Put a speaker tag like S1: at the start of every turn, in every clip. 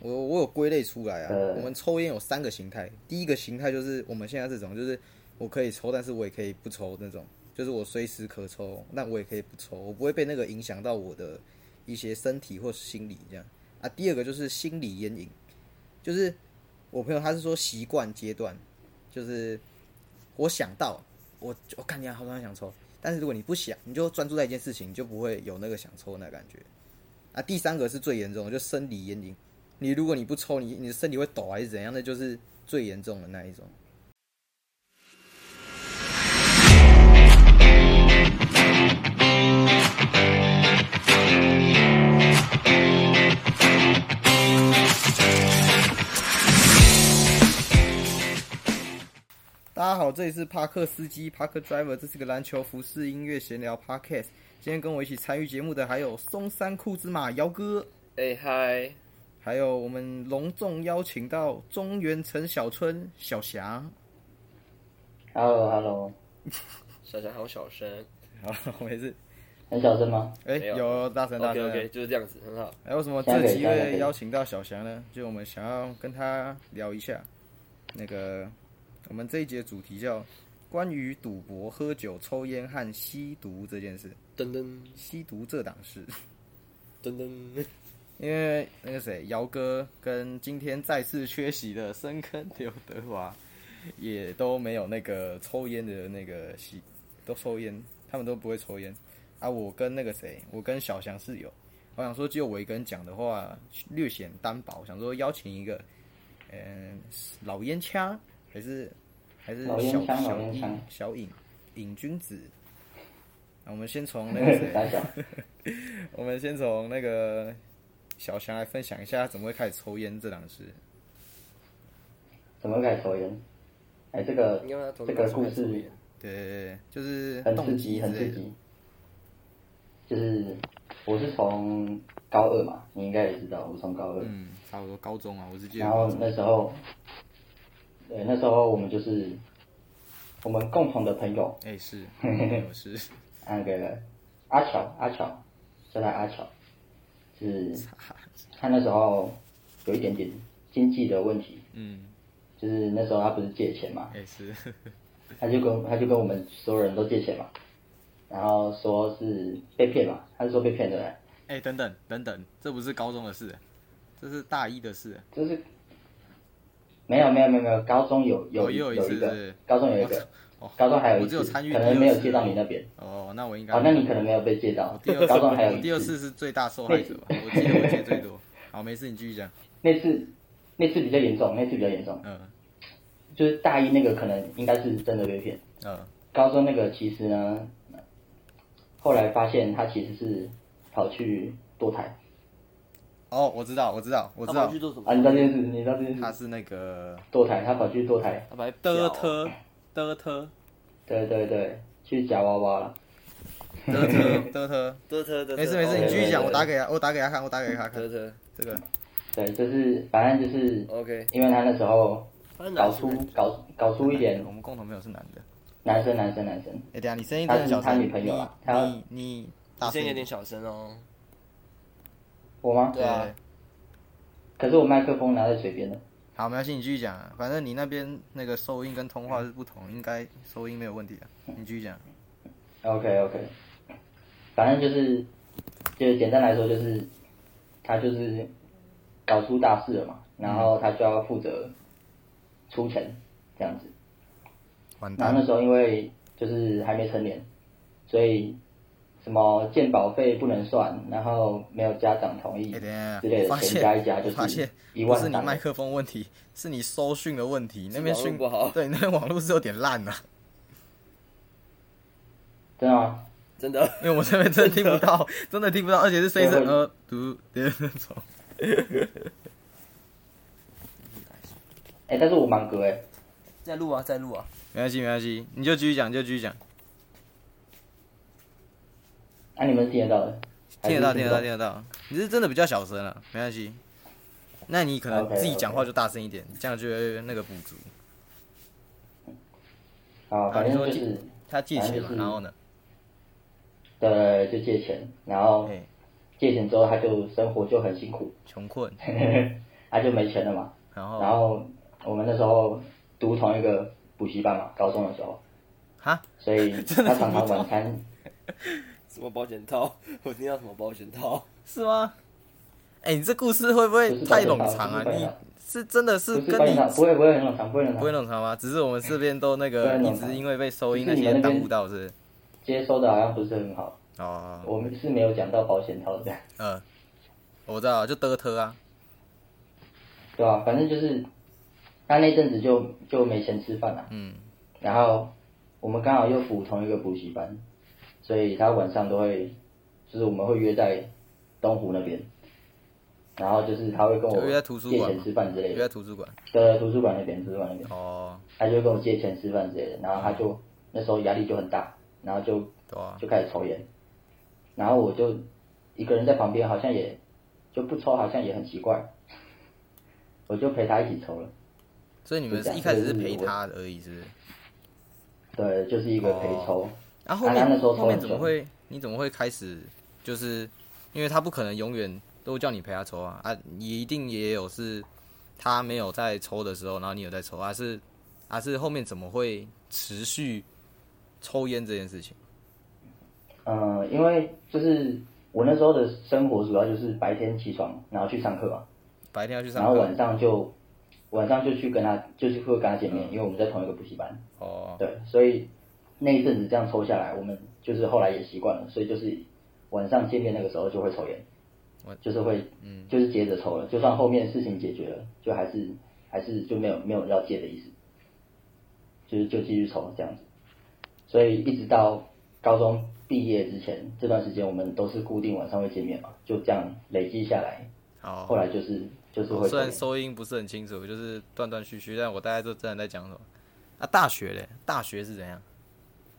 S1: 我我有归类出来啊。
S2: 嗯
S1: 我们抽烟有三个形态，第一个形态就是我们现在这种，就是我可以抽，但是我也可以不抽那种，就是我随时可抽，那我也可以不抽，我不会被那个影响到我的一些身体或心理这样啊。第二个就是心理烟瘾，就是我朋友他是说习惯阶段，就是我想到我哦我感觉啊好像想抽，但是如果你不想，你就专注在一件事情，你就不会有那个想抽的那感觉。啊，第三个是最严重的，就生理烟瘾。你如果你不抽，你你的身体会抖还是怎样，那就是最严重的那一种。大家好，这里是帕克司机帕克 Driver，这是个篮球服饰音乐闲聊 Podcast。今天跟我一起参与节目的还有松山库兹马姚哥，
S2: 哎嗨，
S1: 还有我们隆重邀请到中原陈小春小翔。
S3: Hello Hello，
S2: 小翔好小声
S1: 好，没事。
S3: 很小声吗？
S1: 哎、
S2: 没有
S1: 有大神大
S2: ，OK
S1: 神。
S2: OK，就是这样子，很好。
S1: 还有什么
S3: 现在
S1: 这
S3: 可以
S1: 几
S3: 现在可
S1: 位
S3: 以
S1: 邀请到小翔呢？就我们想要跟他聊一下，那个我们这一节主题叫关于赌博、喝酒、抽烟和吸毒这件事，
S2: 噔噔
S1: 吸毒这档事。
S2: 噔噔，
S1: 因为那个谁，姚哥跟今天再次缺席的深坑刘德华， 也都没有那个抽烟的那个习，都抽烟，他们都不会抽烟。啊，我跟那个谁，我跟小翔是有，我想说只有我一个人讲的话，略显单薄，想说邀请一个，嗯、老烟枪还是还是
S3: 老烟
S1: 小
S3: 枪
S1: 小
S3: 老烟
S1: 瘾
S3: 枪
S1: 小瘾瘾君子。那我们先从那个 谁，
S3: 胆小。
S1: 我们先从那个小翔来分享一下他怎么会开始抽烟这档事。
S3: 怎么开始抽烟？哎，这个
S2: 应该让他头
S3: 这个
S2: 脑
S3: 故
S2: 抽
S3: 事
S2: 烟
S1: 对，就是
S3: 很
S1: 动
S3: 刺
S1: 机
S3: 激，
S1: 之
S3: 很
S1: 类
S3: 刺
S1: 的。
S3: 激。就是我是从高二嘛，你应该也知道，我从高二。
S1: 嗯，差不多高中啊，我是记得
S3: 然
S1: 高
S3: 后
S1: 中。
S3: 那时候，对，那时候我们就是我们共同的朋友，
S1: 哎、是，我是
S3: 那个阿乔，阿乔，叫他阿乔，就是他那时候有一点点经济的问题，
S1: 嗯，
S3: 就是那时候他不是借钱嘛，
S1: 哎、是，
S3: 他就跟他就跟我们所有人都借钱嘛，然后说是被骗嘛，他是说被骗的嘞，
S1: 哎、等等等等，这不是高中的事，这是大一的事。
S3: 就是没有没有没有没有，高中有有
S1: 哦也有一
S3: 有
S1: 次
S3: 一
S1: 是不
S3: 个
S1: 是，
S3: 高中有一个，
S1: 哦，
S3: 高中还有
S1: 我
S3: 一
S1: 只有
S3: 次，
S1: 参与
S3: 可
S1: 第
S3: 能
S1: 二
S3: 没有
S1: 次
S3: 借到你那边，
S1: 哦，那我应该。
S3: 哦，那你可能没有被借到
S1: 我第二，次
S3: 高中还有
S1: 我
S3: 一
S1: 第二
S3: 次，
S1: 次是最大受害者吧？我记得我借最多。好，没事，你继续讲。
S3: 那次那次比较严重，那次比较严重，
S1: 嗯
S3: 就是大一那个可能应该是真的被骗，
S1: 嗯，
S3: 高中那个其实呢，后来发现他其实是跑去堕胎
S1: 哦，我知道，我知道，哦我知
S2: 他跑
S1: 道
S2: 去，做什么？
S3: 啊，你知道这件事，你知道这件事
S1: 他，是那个
S3: 堕胎，他跑去堕胎，
S2: 他把他
S1: 的
S2: 屌
S1: 特的特
S3: 对对对，去夹娃娃了，
S1: 的特的特，
S2: 得特得特，
S1: 没事没事，
S3: 对
S1: 你继续讲，
S3: 对
S1: 我打给他，我打给他看，我打给他看
S2: 得。特
S1: 这个
S3: 对，就是反正就是
S2: ，OK。
S3: 因为他那时候
S2: 他是
S3: 搞
S2: 男
S3: 出
S2: 生，
S3: 搞搞出一点
S1: 我们共同朋友是男的。
S3: 男生男生男生，
S1: 哎，等下你声音真的很小
S3: 他
S1: 声，
S3: 是
S1: 你
S3: 他女朋友啊他
S1: 你你大
S2: 你声
S1: 声
S2: 音有点小声哦。
S3: 我吗？
S2: 对啊。
S3: 可是我麦克风拿在嘴边的，
S1: 好，没关系，你继续讲啊，反正你那边那个收音跟通话是不同，应该收音没有问题啊。你继续讲。
S3: OK OK，反正就是，就是简单来说就是，他就是搞出大事了嘛，然后他就要负责出钱这样子。
S1: 完
S3: 然
S1: 蛋
S3: 后那时候因为就是还没成年，所以什么鉴保费不能算，然后没有家长同意
S1: 哎，等一下
S3: 之类
S1: 我
S3: 的，
S1: 发
S3: 钱
S1: 现，
S3: 加一加就
S1: 我发现
S3: 是一
S1: 不
S3: 万
S1: 是你
S3: 档
S1: 麦克风问题，是你收讯的问题，那边
S2: 网
S1: 讯
S2: 络不好
S1: 对，那边网络是有点烂啊，
S3: 真的吗？
S2: 真的，
S1: 因为我这边真的听不 到，真的听不到，而且是声音是
S3: 对会
S1: 呃嘟的那种。
S3: 哎、但是我蛮格哎、
S2: 在录啊，在录啊。
S1: 没关系，没关系，你就继续讲，你就继续讲，
S3: 那、啊你们听得到的？
S1: 听得到，听得到，听得
S3: 到。
S1: 到。你是真的比较小声了，没关系。那你可能
S3: OK，OK
S1: 自己讲话就大声一点这样就会那个补足。
S3: 好，
S1: 啊，
S3: 哦反
S1: 你
S3: 正
S1: 说
S3: 就
S1: 借
S3: 是
S1: 他借钱
S3: 反正
S1: 嘛
S3: 就，是
S1: 然后呢？
S3: 对，就借钱，然后
S1: 哎，
S3: 借钱之后他就生活就很辛苦，
S1: 穷困，
S3: 他就没钱了嘛。
S1: 然
S3: 然
S1: 后
S3: 后我们那时候读同一个补习班嘛，高中的时候，
S1: 哈，
S3: 所以他常常晚餐
S2: 什么保险套？我听到什么保险套？
S1: 是吗？哎、你这故事会不会
S3: 不是
S1: 太
S3: 半
S1: 冗
S3: 夜场
S1: 长啊？
S3: 不是半夜
S1: 你
S3: 场
S1: 是真的是
S3: 不是
S1: 跟
S3: 不会
S1: 你
S3: 很不会不会很冗长，不会很
S1: 不会
S3: 冗长，
S1: 冗长吗？只是我们这边都那
S3: 不
S1: 个
S3: 会
S1: 一
S3: 冗长
S1: 直因为被收音
S3: 就是你
S1: 些
S3: 们那
S1: 耽
S3: 边
S1: 误到，是不是？
S3: 接收的好像不是很好。
S1: 哦，
S3: 我们是没有讲到保险套的，
S1: 嗯、我知道，就得特啊，
S3: 对吧、反正就是他那阵子就就没钱吃饭了、
S1: 嗯，
S3: 然后我们刚好又补同一个补习班，所以他晚上都会，就是我们会约在东湖那边，然后就是他会跟我
S1: 就约在图书
S3: 借
S1: 馆
S3: 钱
S1: 嘛
S3: 吃饭之类
S1: 约在
S3: 的，
S1: 图书馆。
S3: 对，图书馆那边，图书馆那边，
S1: 哦，
S3: 他就会跟我借钱吃饭之类的，然后他就那时候压力就很大，然后就
S1: 对啊，
S3: 就开始抽烟，然后我就一个人在旁边，好像也就不抽，好像也很奇怪，我就陪他一起抽了，
S1: 所以你们是一开始是陪他而已，是
S3: 啊
S1: 不是？
S3: 对，就是一个陪
S1: 哦
S3: 抽。
S1: 然、后后
S3: 啊那
S1: 面
S3: 那时候
S1: 后面
S3: 抽很
S1: 怎么
S3: 久
S1: 会？你怎么会开始？就是因为他不可能永远都叫你陪他抽啊啊！你一定也有是他没有在抽的时候，然后你有在抽啊？是啊？是后面怎么会持续抽烟这件事情？
S3: 嗯，因为就是我那时候的生活主要就是白天起床，然后去上课嘛，
S1: 白天要去
S3: 然
S1: 上
S3: 后
S1: 课
S3: 晚上就晚上就去跟他，就是会跟他见面，因为我们在同一个补习班，
S1: 哦，
S3: 对，所以那一阵子这样抽下来，我们就是后来也习惯了，所以就是晚上见面那个时候就会抽烟
S1: 我，
S3: 就是会，嗯，就是接着抽了，就算后面事情解决了，就还是还是就没有没有要戒的意思，就是就继续抽这样子，所以一直到高中毕业之前这段时间，我们都是固定晚上会见面嘛，就这样累积下来，
S1: 好
S3: 后。来就是就是会抽
S1: 哦虽然
S3: 烟。
S1: 收音不是很清楚，就是断断续续，但我大概就知道你在讲什么。啊，大学嘞，大学是怎样？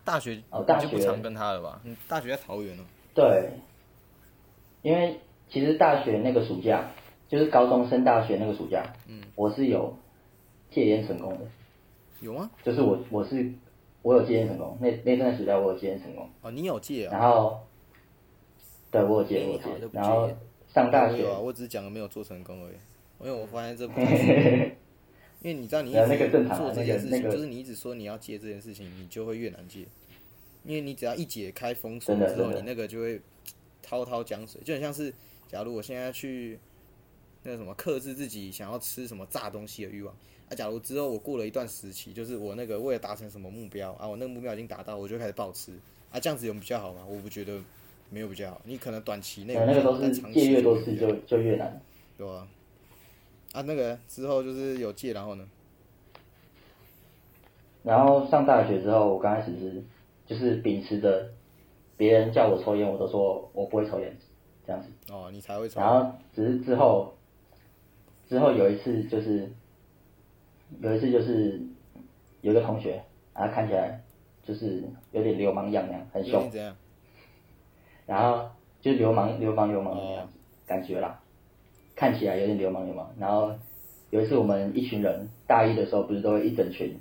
S1: 大学
S3: 哦
S1: 你
S3: 大
S1: 就不
S3: 学
S1: 常跟他了吧？你大学在桃园哦。
S3: 对，因为其实大学那个暑假，就是高中升大学那个暑假，嗯，我是有戒烟成功的，
S1: 有吗？
S3: 就是我我是我有戒烟成功，那那段暑假我有戒烟成功，
S1: 哦，你有戒啊？
S3: 然后对我有戒我有
S2: 你好
S3: 戒
S2: 都，不戒
S3: 然后上大
S1: 我
S3: 学
S1: 有啊，我只是讲了没有做成功而已。因为我发现这不太行，因为你知道你一
S3: 呃那个
S1: 直
S3: 正常啊
S1: 做这
S3: 那
S1: 件
S3: 个
S1: 事
S3: 那
S1: 情，
S3: 个
S1: 就是你一直说你要戒这件事情，你就会越难戒。因为你只要一解开封锁
S3: 真的
S1: 之后，
S3: 真的
S1: 你那个就会滔滔江水，就很像是假如我现在去那个什么克制自己想要吃什么炸东西的欲望。啊，假如之后我过了一段时期，就是我那个为了达成什么目标啊，我那个目标已经达到，我就开始暴吃啊，这样子有比较好吗？我不觉得没有比较好，你可能短期内
S3: 呃那个都
S1: 但
S3: 是
S1: 长期
S3: 戒越多
S1: 没有
S3: 次
S1: 比较好
S3: 就就越难，
S1: 对啊，啊那个之后就是有戒，然后呢，
S3: 然后上大学之后，我刚开始是就是秉持着别人叫我抽烟，我都说我不会抽烟，这样子。
S1: 哦，你才会抽
S3: 然，后只是之后，之后有一次就是，有一次就是有一个同学，然后看起来就是有点流氓样那样，很
S1: 有点
S3: 凶，
S1: 怎样？
S3: 然后就是流氓流氓流氓的样子，感觉啦，看起来有点流氓流氓。然后有一次我们一群人大一的时候，不是都会一整群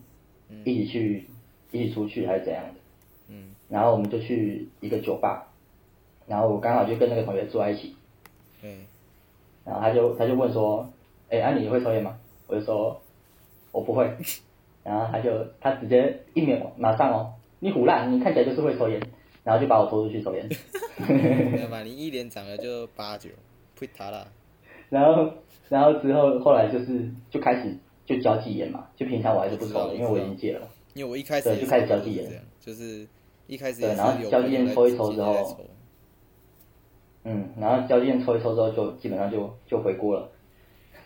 S3: 一起去一起出去还是怎样的，嗯，然后我们就去一个酒吧，然后我刚好就跟那个同学坐在一起。
S1: 哎、
S3: 然后他就他就问说，哎、啊你会抽烟吗？我就说我 不会。然后他就他直接一秒马上哦，你胡乱，你看起来就是会抽烟，然后就把我拖出去抽烟。
S1: 没有吧？你一连长了就八九，呸他啦！
S3: 然后然后之后后来就是就开始就交际烟嘛，就平常我还是不抽
S1: 我
S3: 的，
S1: 知道
S3: 因为我已经戒了。
S1: 因为我一开始也
S3: 对
S1: 是啊
S3: 就开始交际
S1: 这
S3: 眼
S1: 样，就是一开始
S3: 对
S1: 也是
S3: 然后
S1: 有
S3: 交
S1: 朋
S3: 际
S1: 友
S3: 眼
S1: 在
S3: 抽一抽之
S1: 直接在
S3: 后
S1: 抽
S3: 嗯，然后交际烟抽一抽之后就基本上就就回锅了，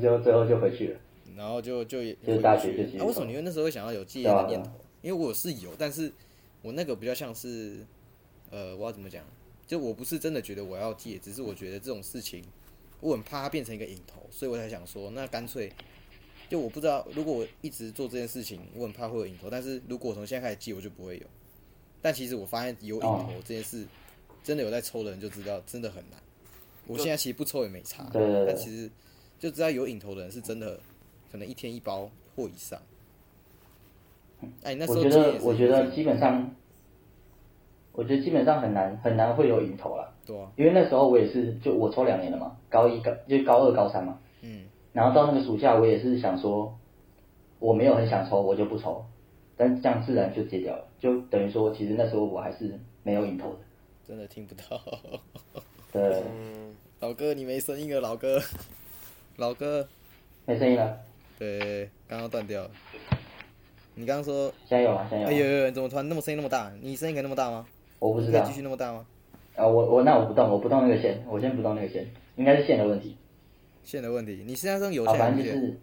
S3: 就最后就回去了。
S1: 然后就就也
S3: 就是
S1: 回
S3: 大
S1: 不
S3: 学
S1: 去
S3: 就
S1: 了
S3: 接
S1: 啊，
S3: 受
S1: 为什么你会那时候会想要有戒
S3: 对
S1: 烟
S3: 啊
S1: 的念
S3: 对
S1: 头？因为我是有，但是我那个比较像是，呃，我要怎么讲？就我不是真的觉得我要戒，只是我觉得这种事情，我很怕它变成一个瘾头，所以我才想说，那干脆，就我不知道，如果我一直做这件事情，我很怕会有瘾头，但是如果我从现在开始戒，我就不会有。但其实我发现有瘾头
S3: 哦
S1: 这件事，真的有在抽的人就知道，真的很难。我现在其实不抽也没差，
S3: 对对对
S1: 但其实就知道有瘾头的人是真的，可能一天一包或以上。哎，你那时
S3: 嗯我
S1: 候
S3: 觉
S1: 戒
S3: 得
S1: 也是
S3: 我觉
S1: 一
S3: 得
S1: 个
S3: 基本上，我觉得基本上很难很难会有瘾头了。
S1: 对啊，
S3: 因为那时候我也是，就我抽两年了嘛，高一高就是高二高三嘛，
S1: 嗯，
S3: 然后到那个暑假，我也是想说，我没有很想抽，我就不抽，但这样自然就戒掉了，就等于说，其实那时候我还是没有瘾头的。呃
S1: 真的听不到。
S3: 对，
S2: 嗯，
S1: 老哥，你没声音了，老哥，老哥，
S3: 没声音了，
S1: 对，刚刚断掉了。你刚刚说，
S3: 现在有吗？现在有
S1: 哎
S3: 吗
S1: 呦呦，呦，你怎么突然那么声音那么大？你声音可以那么大吗？
S3: 我不
S1: 你
S3: 知
S1: 可
S3: 道
S1: 以继续那么大吗？
S3: 啊，我我那我不动，我不动那个线，我先不动那个线，应该是线的问题。
S1: 线的问题，你现在用有
S3: 好，
S1: 线还
S3: 啊反
S1: 是
S3: 正
S1: 无
S3: 就
S1: 线？
S3: 是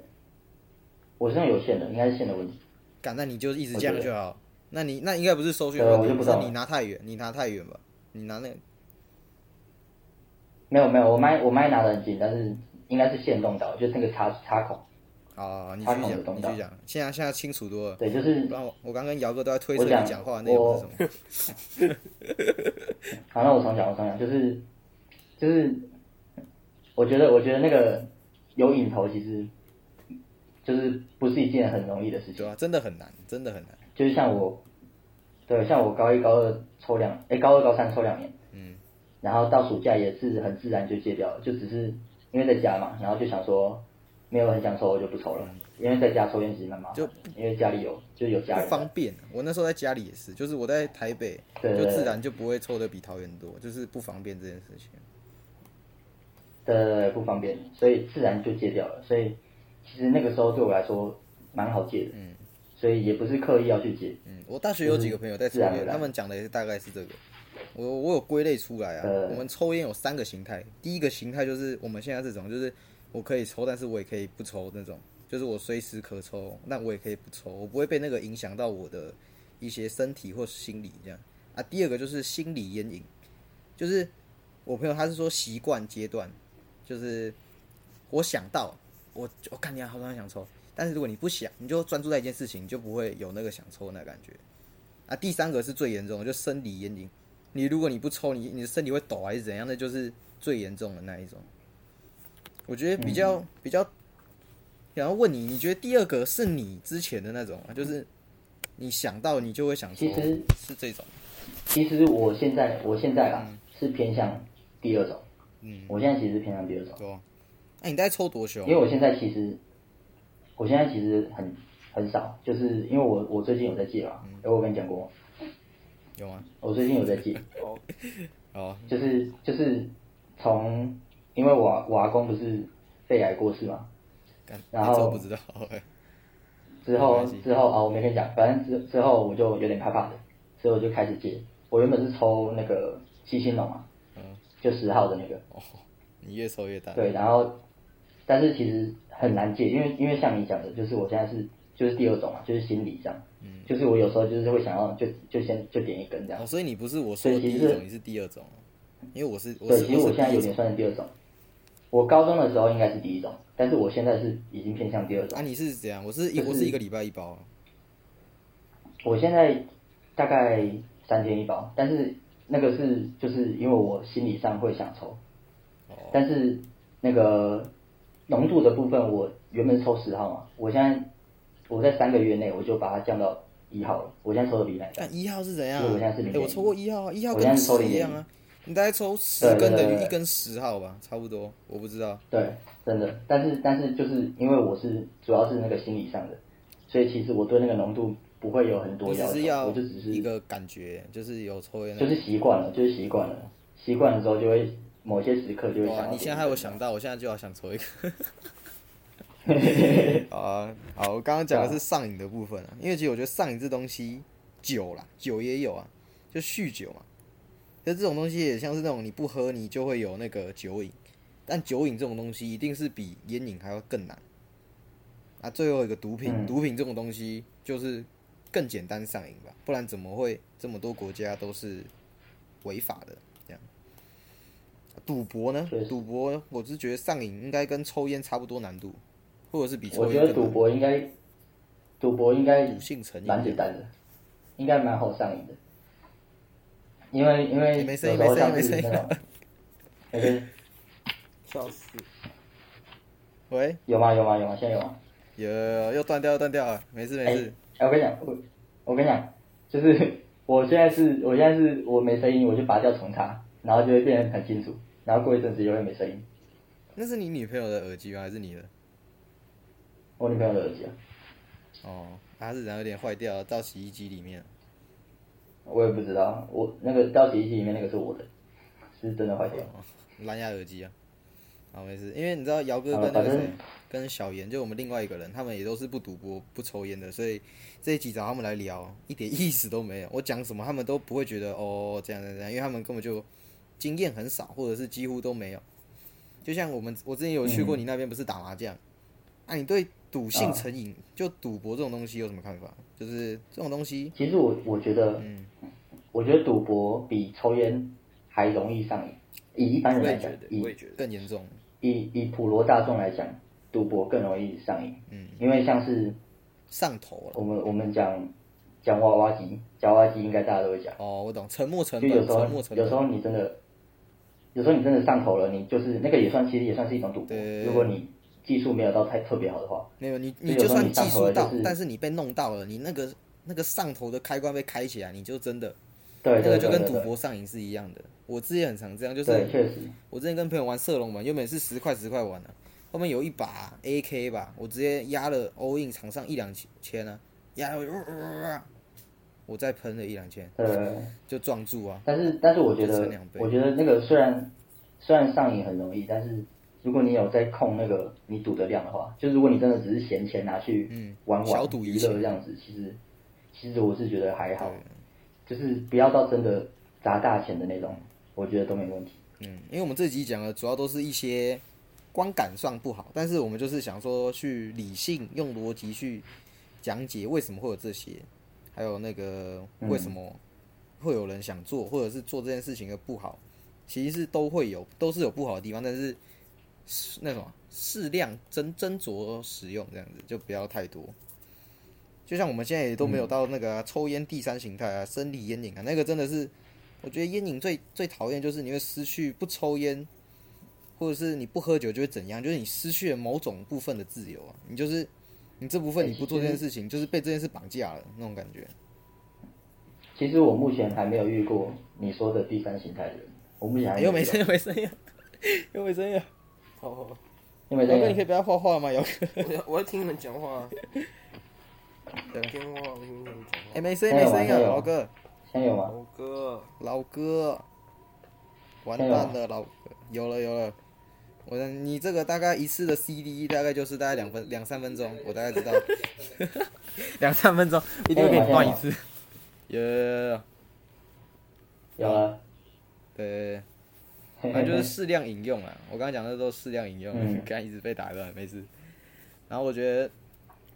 S3: 我是用有线的，应该是线的问题。
S1: 干，那你就一直
S3: 我
S1: 这样
S3: 觉得
S1: 就好。那你那应该不是收讯
S3: 对
S1: 问
S3: 我就
S1: 题，
S3: 不
S1: 是
S3: 懂
S1: 你拿太远，你拿太远吧，你拿那个
S3: 没有没有，我麦我麦拿的很近，但是应该是线动到，就是那个插插孔。
S1: 啊，你继
S3: 他
S1: 续
S3: 懂
S1: 讲，你
S3: 得懂的
S1: 继续讲，现在现在清楚多了。
S3: 对，就是
S1: 不然我我刚跟姚哥都在推测
S3: 我讲
S1: 你讲话的内容是什么。
S3: 好，那我重讲，我重讲，就是就是，我觉得我觉得那个有瘾头其实就是不是一件很容易的事情
S1: 对，啊，真的很难，真的很 难。
S3: 就是像我，对，像我高一高二抽两，哎，高二高三抽两年，
S1: 嗯，
S3: 然后到暑假也是很自然就戒掉了，就只是因为在家嘛，然后就想说没有很想抽，我就不抽了，因为在家抽烟其实蛮麻烦的，因为家里有就是有家
S1: 不
S3: 人
S1: 方
S3: 在，
S1: 便。啊我那时候在家里也是，就是我在台北，
S3: 对对
S1: 就
S3: 对
S1: 自然就不会抽的比桃园多，就是不方便这件事情。
S3: 对，不方便，所以自然就戒掉了，所以其实那个时候对我来说蛮好戒的，
S1: 嗯
S3: 所以也不是刻意要去戒，
S1: 嗯，我大学有几个朋友在抽
S3: 嗯自然而
S1: 烟，
S3: 然
S1: 他们讲的也是大概是这个。我我有归类出来啊，
S3: 呃
S1: 我们抽烟有三个形态，第一个形态就是我们现在这种，就是我可以抽，但是我也可以不抽那种，就是我随时可抽，那我也可以不抽，我不会被那个影响到我的一些身体或心理这样啊。第二个就是心理烟瘾，就是我朋友他是说习惯阶段，就是我想到我我看你好像想抽，但是如果你不想，你就专注在一件事情，你就不会有那个想抽的那感觉。啊，第三个是最严重的，就生理烟瘾。你如果你不抽，你你的身体会抖还是怎样，那就是最严重的那一种。我觉得比较、
S3: 嗯
S1: 比较，想要问你，你觉得第二个是你之前的那种吗，就是你想到你就会想抽
S3: 其实，
S1: 是这种。
S3: 其实我现在我现在
S1: 嗯
S3: 啦、是偏向第二种，嗯，我现在其实是偏向第二种，
S1: 对、啊，哎、你大概抽多久
S3: 因？为我现在其实我现在其实很很少，就是因为我我最近有在戒嘛，
S1: 嗯
S3: 哎、我跟你讲过，
S1: 有吗？
S3: 我最近有在戒，
S2: 哦，
S1: 哦，
S3: 就是就是从因为我我阿公不是肺癌过世嘛，
S1: 干，你
S3: 然后
S1: 这我不知道、 哎
S3: 之
S1: 没
S3: 后
S1: 关系
S3: 之后啊，我没跟你讲，反正之之后我就有点怕怕的，所以我就开始戒。我原本是抽那个七星龙嘛，
S1: 嗯，
S3: 就十号的那个，
S1: 哦，你越抽越大。
S3: 对，然后但是其实很难戒，因为因为像你讲的，就是我现在是就是第二种嘛，就是心理上，嗯，就是我有时候就是会想要就就先就点一根这样
S1: 哦，，所以你不是我说的
S3: 对
S1: 第
S3: 其
S1: 一
S3: 实
S1: 种，你是第二种，啊因为我是我
S3: 对，
S1: 是
S3: 其实我
S1: 是
S3: 现
S1: 第
S3: 在
S1: 一
S3: 有点
S1: 种
S3: 算是第二种。我高中的时候应该是第一种，但是我现在是已经偏向第二种
S1: 啊，。你是怎样？我是一
S3: 就是
S1: 我是一个礼拜一包啊，
S3: 我现在大概三天一包，但是那个是就是因为我心理上会想抽，
S1: 哦，
S3: 但是那个浓度的部分，我原本是抽十号嘛，我现在我在三个月内我就把它降到一号了，我现在抽的比奶
S1: 但一号是怎样
S3: 所以
S1: 啊？
S3: 我现在是零
S1: 哎，
S3: 点一
S1: 我抽过一号啊，一号
S3: 我现
S1: 跟
S3: 在是抽
S1: 十
S3: 零
S1: 一
S3: 点一
S1: 样啊，你大概抽十
S3: 对对
S1: 根
S3: 对
S1: 等于
S3: 对
S1: 一根十号吧，差不多，我不知道。
S3: 对，真的，但是但是就是因为我是主要是那个心理上的，所以其实我对那个浓度不会有很多
S1: 你只
S3: 要求
S1: 是，要
S3: 我就只是
S1: 一个感觉，就是有抽烟的
S3: 就
S1: 感
S3: 是
S1: 觉。
S3: 习惯了，就是习惯了，习惯了之后就会某些时刻就会想
S1: 哇，
S3: 要
S1: 你现在
S3: 点
S1: 害
S3: 一
S1: 我
S3: 根
S1: 想到，我现在就要想抽一个。好啊，好，我刚刚讲的是上瘾的部分啊，因为其实我觉得上瘾这东西，酒啦，酒也有啊，就酗酒嘛。可是这种东西也像是那种你不喝你就会有那个酒瘾，但酒瘾这种东西一定是比烟瘾还要更难。啊，最后一个毒品，
S3: 嗯
S1: 毒品这种东西就是更简单上瘾吧，不然怎么会这么多国家都是违法的这样？赌博呢
S3: 确实？
S1: 赌博，我是觉得上瘾应该跟抽烟差不多难度，或者是比 抽
S3: 我觉
S1: 烟
S3: 得
S1: 更
S3: 赌
S1: 难。
S3: 博应该，赌博应该
S1: 赌性成瘾
S3: 蛮简单的，应该蛮好上瘾的。因为因为
S1: 哎没
S3: 有
S1: 声音
S3: 时候
S1: 没声音没
S3: 像是
S1: 声音
S3: 那种，没声音
S2: 笑死！
S1: 喂，
S3: 有吗有吗有吗？现在有吗？
S1: 有又断掉又断掉了，啊没事没
S3: 哎
S1: 事。
S3: 哎我跟你讲，我我跟你讲，就是 我现在是我现在是我没声音，我就拔掉重插，然后就会变得很清楚，然后过一阵子又会没声音。
S1: 那是你女朋友的耳机吗？还是你的？
S3: 我女朋友的耳机啊，
S1: 哦，它是然后有点坏掉，到洗衣机里面了。
S3: 我也不知道，我那个到洗衣机里面那个是我的，是真的坏掉。
S1: 哦蓝牙耳机啊。啊，没事，因为你知道姚哥跟那个
S3: 好
S1: 谁
S3: 反正，
S1: 跟小严，就我们另外一个人，他们也都是不赌博、不抽烟的，所以这一集找他们来聊，一点意思都没有。我讲什么，他们都不会觉得哦这样这样这样，因为他们根本就经验很少，或者是几乎都没有。就像我们，我之前有去过你那边，不是打麻将？啊，你对赌性
S3: 嗯啊
S1: 成瘾，就赌博这种东西有什么看法？就是这种东西，
S3: 其实我我觉得，
S1: 嗯
S3: 我觉得赌博比抽烟还容易上瘾。以一般人
S2: 我
S3: 哎来
S2: 也
S3: 讲
S2: 觉，得，我也
S3: 以
S2: 觉得，
S1: 更严重。
S3: 以以普罗大众来讲，赌博更容易上瘾。嗯，因为像是
S1: 上头了。
S3: 我们我们讲讲娃娃机，夹娃娃机应该大家都会讲。
S1: 哦，我懂，沉没成
S3: 就
S1: 本，
S3: 有时候
S1: 沉没成
S3: 有时
S1: 本。
S3: 候你真的，有时候你真的上头了，你就是那个也算其实也算是一种赌博。
S1: 对
S3: 如果你技术没有到太特别好的话，
S1: 没有你，
S3: 就有
S1: 你
S3: 时
S1: 就
S3: 候
S1: 算
S3: 你
S1: 技
S3: 上头
S1: 术
S3: 了就
S1: 到，
S3: 是
S1: 但是你被弄到了，你那个那个上头的开关被开起来，你就真的
S3: 对
S1: 那个
S3: 对
S1: 就
S3: 对
S1: 跟
S3: 对
S1: 赌
S3: 对，
S1: 博上瘾是一样的。我之前很常这样，就是
S3: 对确实，
S1: 我之前跟朋友玩射龙门，原本是十块十块玩的、后面有一把 AK 吧，我直接压了 all in 场上一两千啊，压了、我再喷了一两千
S3: 呃，
S1: 就撞住啊，
S3: 但是但是我觉
S1: 就
S3: 得
S1: 乘两倍
S3: 我觉得那个虽然虽然上瘾很容易，但是如果你有在控那个你赌的量的话，就如果你真的只是闲钱拿去
S1: 嗯
S3: 玩玩、
S1: 小赌怡
S3: 娱乐
S1: 情
S3: 这样子，其实其实我是觉得还好，
S1: 对
S3: 就是不要到真的砸大钱的那种，我觉得都没问题。
S1: 嗯，因为我们这集讲的主要都是一些观感上不好，但是我们就是想说去理性用逻辑去讲解为什么会有这些，还有那个为什么会有人想做，或者是做这件事情的不好，其实是都会有，都是有不好的地方，但是是那什么适量斟斟酌使用这样子，就不要太多。就像我们现在也都没有到那个啊、抽烟第三形态啊，生理烟瘾啊，那个真的是，我觉得烟瘾最最讨厌就是你会失去不抽烟，或者是你不喝酒就会怎样，就是你失去了某种部分的自由啊，你就是你这部分你不做这件事情，哎就是被这件事绑架了那种感觉。
S3: 其实我目前还没有遇过你说的第三形态的人，我目前还
S1: 哎
S3: 没有
S1: 又
S3: 遇到
S1: 没声音，又没声音，又没声音了。
S2: 哦，
S3: 因为
S1: 姚哥，你可
S3: 这
S1: 以不要画画吗？姚哥，
S2: 我在我在听你们讲话啊，
S1: 对
S2: 听话，我听你们讲
S1: 哎，
S2: 话。
S1: 没声音，没声音啊，老哥，
S3: 现在有吗？
S1: 嗯
S2: 老哥，
S1: 老哥，完
S3: 哎
S1: 蛋了，老哥，有了有了。我的你这个大概一次的 CD 大概就是大概两分两三分钟，我大概知 道，两三分钟
S2: 哦
S1: 一定会给你断一次。有有有有，
S3: 有啊了，
S1: 对。
S3: 嘿
S1: 反
S3: 嘿
S1: 正就
S3: 嘿
S1: 是适量饮用啊。我刚刚讲的都是适量饮用，
S3: 嗯
S1: 刚、一直被打断，没事。然后我觉得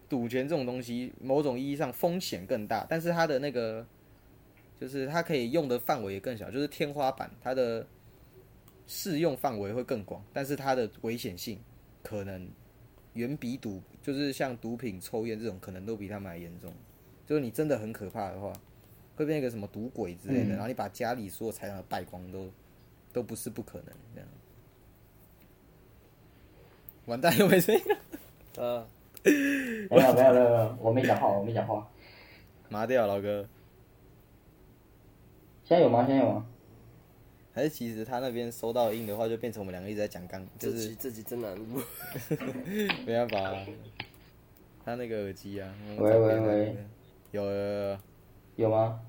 S1: 赌钱这种东西，某种意义上风险更大，但是它的那个就是它可以用的范围也更小，就是天花板，它的适用范围会更广，但是它的危险性可能远比赌，就是像毒品、抽烟这种，可能都比他们还严重。就是你真的很可怕的话，会变一个什么赌鬼之类的，
S3: 嗯
S1: 然后你把家里所有财产都败光都都不是不可能这样。完蛋，又没声音了，
S2: 呃，
S3: 没有没有没有没有，我没讲话，我没讲话。
S1: 麻掉老哥。
S3: 现在有吗？现在有吗？
S1: 还是其实他那边收到音的话，就变成我们两个一直在讲刚，就
S2: 这
S1: 是
S2: 集这集真难录。
S1: 没办法、啊，他那个耳机啊。我们
S3: 喂
S1: 找别
S3: 喂
S1: 的
S3: 喂
S1: 有有有有
S3: 有吗？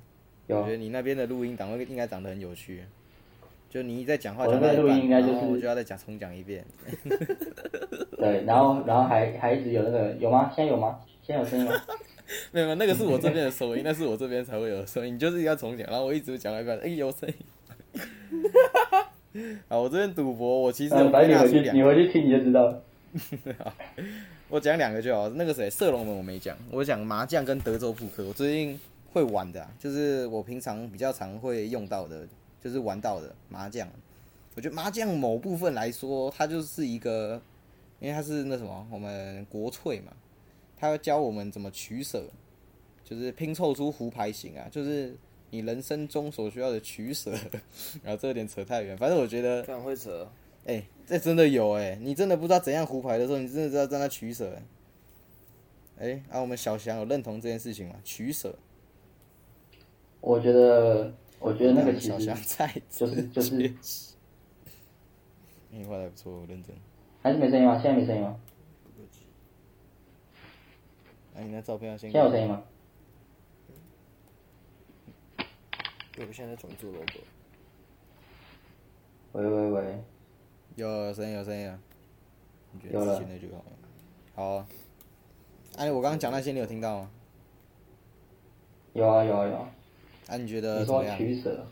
S1: 我
S3: 有
S1: 觉。得你那边的录音档会应该长得很有趣，就你一在讲话
S3: 我
S1: 讲
S3: 那
S1: 到一
S3: 边录音
S1: 半，
S3: 应该就是
S1: 然后我就要再讲重讲一 遍。
S3: 对，然后然后还还一直有那个有吗？现在有吗？现在有声音吗？
S1: 没有，没有那个是我这边的收音，那是我这边才会有的收音，你就是要重讲。然后我一直讲到一半，哎、有 声音。啊，我这边赌博， 我其实有
S3: 嗯反正你
S1: 归纳
S3: 回
S1: 出
S3: 去
S1: 两
S3: 你回去听你就知道了。
S1: 我讲两个就好。那个谁，射龙门我没讲，我讲麻将跟德州扑克。我最近会玩的、啊，就是我平常比较常会用到的，就是玩到的麻将。我觉得麻将某部分来说，它就是一个，因为它是那什么，我们国粹嘛，它要教我们怎么取舍，就是拼凑出胡牌型啊，就是你人生中所需要的取舍。 然后这有点扯太远，反正我觉得
S2: 非常会扯，
S1: 哎、这真的有哎、你真的不知道怎样胡牌的时候，你真的知道在那取舍哎、哎、啊，我们小翔有认同这件事情吗？取舍，
S3: 我觉得我觉得那个 其
S1: 小
S3: 实
S1: 翔在，
S3: 就是就是
S1: 哎你画的不错，我认真。
S3: 还是没声音吗？现在没声音吗？
S1: 哎，你那照片要先
S3: 现
S1: 给
S3: 在
S1: 我
S3: 有声音吗？
S2: 对，我现在在重做 logo。
S3: 喂喂喂，
S1: 有有声音有声音啊！你觉得
S3: 有
S1: 之
S3: 了
S1: 前那句好吗？好啊。哎，我刚刚讲那些你有听到吗？
S3: 有啊有啊有啊。
S1: 啊，你觉得
S3: 你
S1: 怎么
S3: 说
S1: 样？
S3: 取舍，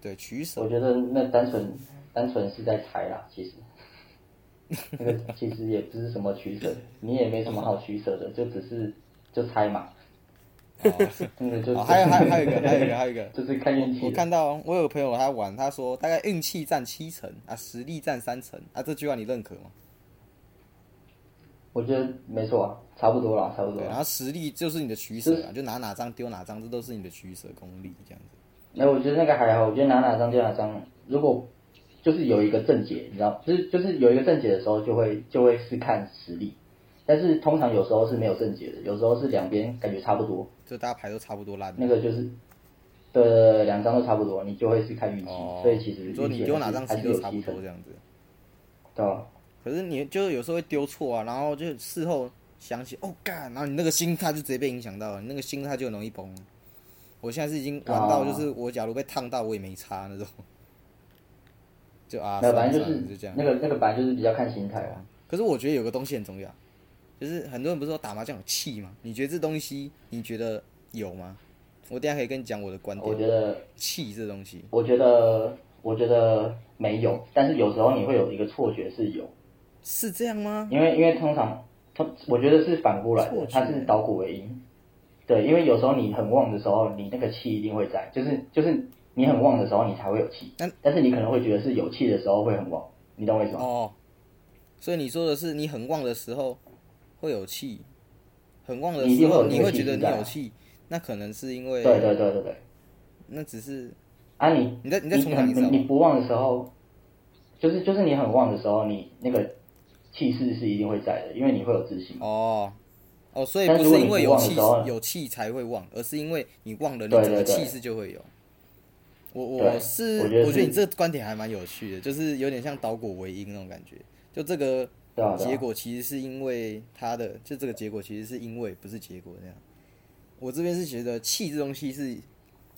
S1: 对，取
S3: 我
S1: 舍。
S3: 觉得那单纯单纯是在猜啦，其实。那个其实也不是什么取舍，你也没什么好取舍的，就只是就猜嘛，
S1: 好
S3: 真的就
S1: 好，哦还有还有还有一个，还有一个，还有一个。
S3: 就是看运气
S1: 我
S3: 的。
S1: 看到我有个朋友他玩，他说大概运气占七成啊，实力占三成啊，这句话你认可吗？
S3: 我觉得没错啊，差不多啦，差不多
S1: 对，然
S3: 啦。
S1: 后实力就是你的取舍啊，就拿哪张丢哪张，这都是你的取舍功力这样子。
S3: 那我觉得那个还好，我觉得拿哪张就哪张，如果就是有一个正解，你知道，就是就是有一个正解的时候，就会就会是看实力，但是通常有时候是没有正解的，有时候是两边感觉差不多，
S1: 就大家牌都差不多烂。
S3: 那个就是。对，两张都差不多，你就会是看运气，
S1: 哦，
S3: 所以其实
S1: 你说
S3: 运气
S1: 你丢哪
S3: 还是
S1: 张
S3: 还
S1: 其
S3: 是
S1: 实
S3: 有
S1: 都差不
S3: 提
S1: 多
S3: 成
S1: 这样子。
S3: 对吧？
S1: 可是你就是有时候会丢错啊，然后就事后想起，哦干，然后你那个心态就直接被影响到了，你那个心态就很容易崩。我现在是已经玩到，就是我假如被烫到，我也没差那种。 就啊，
S3: 那
S1: 算
S3: 反
S1: 了
S3: 正就
S1: 算
S3: 是
S1: 了，就这样
S3: 那。个那个本来就是比较看心态啊。
S1: 可是我觉得有个东西很重要，就是很多人不是说打麻将有气吗？你觉得这东西，你觉得有吗？我等一下可以跟你讲我的观
S3: 我
S1: 点，
S3: 觉得
S1: 气这东西。
S3: 我觉得，我觉得没有，但是有时候你会有一个错觉是有，
S1: 是这样吗？
S3: 因为因为通常，通我觉得是反过来
S1: 错
S3: 的，
S1: 觉
S3: 它是倒果为因。对，因为有时候你很旺的时候，你那个气一定会在，就是就是你很旺的时候，你才会有气，
S1: 但
S3: 但是你可能会觉得是有气的时候会很旺，你懂我意思吗？
S1: 嗯哦，所以你说的是你很旺的时候会有气，很旺的
S3: 你一
S1: 时
S3: 定
S1: 候
S3: 会有那
S1: 你
S3: 个
S1: 会
S3: 气
S1: 觉得
S3: 存
S1: 你
S3: 在啊
S1: 有气，那可能是因为
S3: 对对对对对。
S1: 那只是
S3: 啊你，
S1: 你再你再重讲一次好不
S3: 你你
S1: 好
S3: 不旺的时候，就是就是你很旺的时候，你那个气势是一定会在的，因为你会有自信。
S1: 哦哦，所以
S3: 但
S1: 不
S3: 如果
S1: 是
S3: 你
S1: 因为
S3: 不
S1: 有
S3: 旺的
S1: 气
S3: 时候
S1: 有气才会旺，而是因为你旺了，你
S3: 对
S1: 整个
S3: 对
S1: 气
S3: 对
S1: 势就会有。我
S3: 对
S1: 我是
S3: 我觉得
S1: 我觉得
S3: 是
S1: 你这个观点还蛮有趣的，就是有点像倒果为因那种感觉。就这个
S3: 对啊对啊
S1: 结果其实是因为他的，就这个结果其实是因为不是结果那样。我这边是觉得气这东西是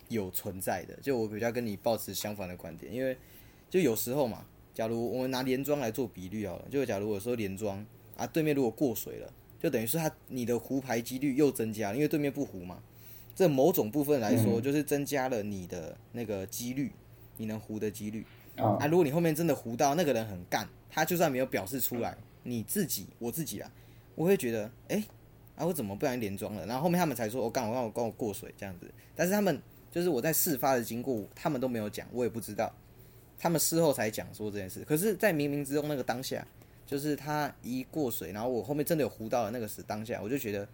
S1: 有存在的，就我比较跟你抱持相反的观点，因为就有时候嘛，假如我们拿连庄来做比率好了，就假如我说连庄啊，对面如果过水了，就等于是他你的胡牌几率又增加了，因为对面不胡嘛。这某种部分来说，就是增加了你的那个几率，你能胡的几率。
S3: 啊、
S1: 啊，如果你后面真的胡到那个人很干，他就算没有表示出来，你自己我自己啊，我会觉得，哎、啊我怎么不然连庄了？然后后面他们才说，我、哦干我干我干我过水这样子。但是他们就是我在事发的经过，他们都没有讲，我也不知道，他们事后才讲说这件事。可是，在冥冥之中那个当下，就是他一过水，然后我后面真的有胡到了那个时当下，我就觉得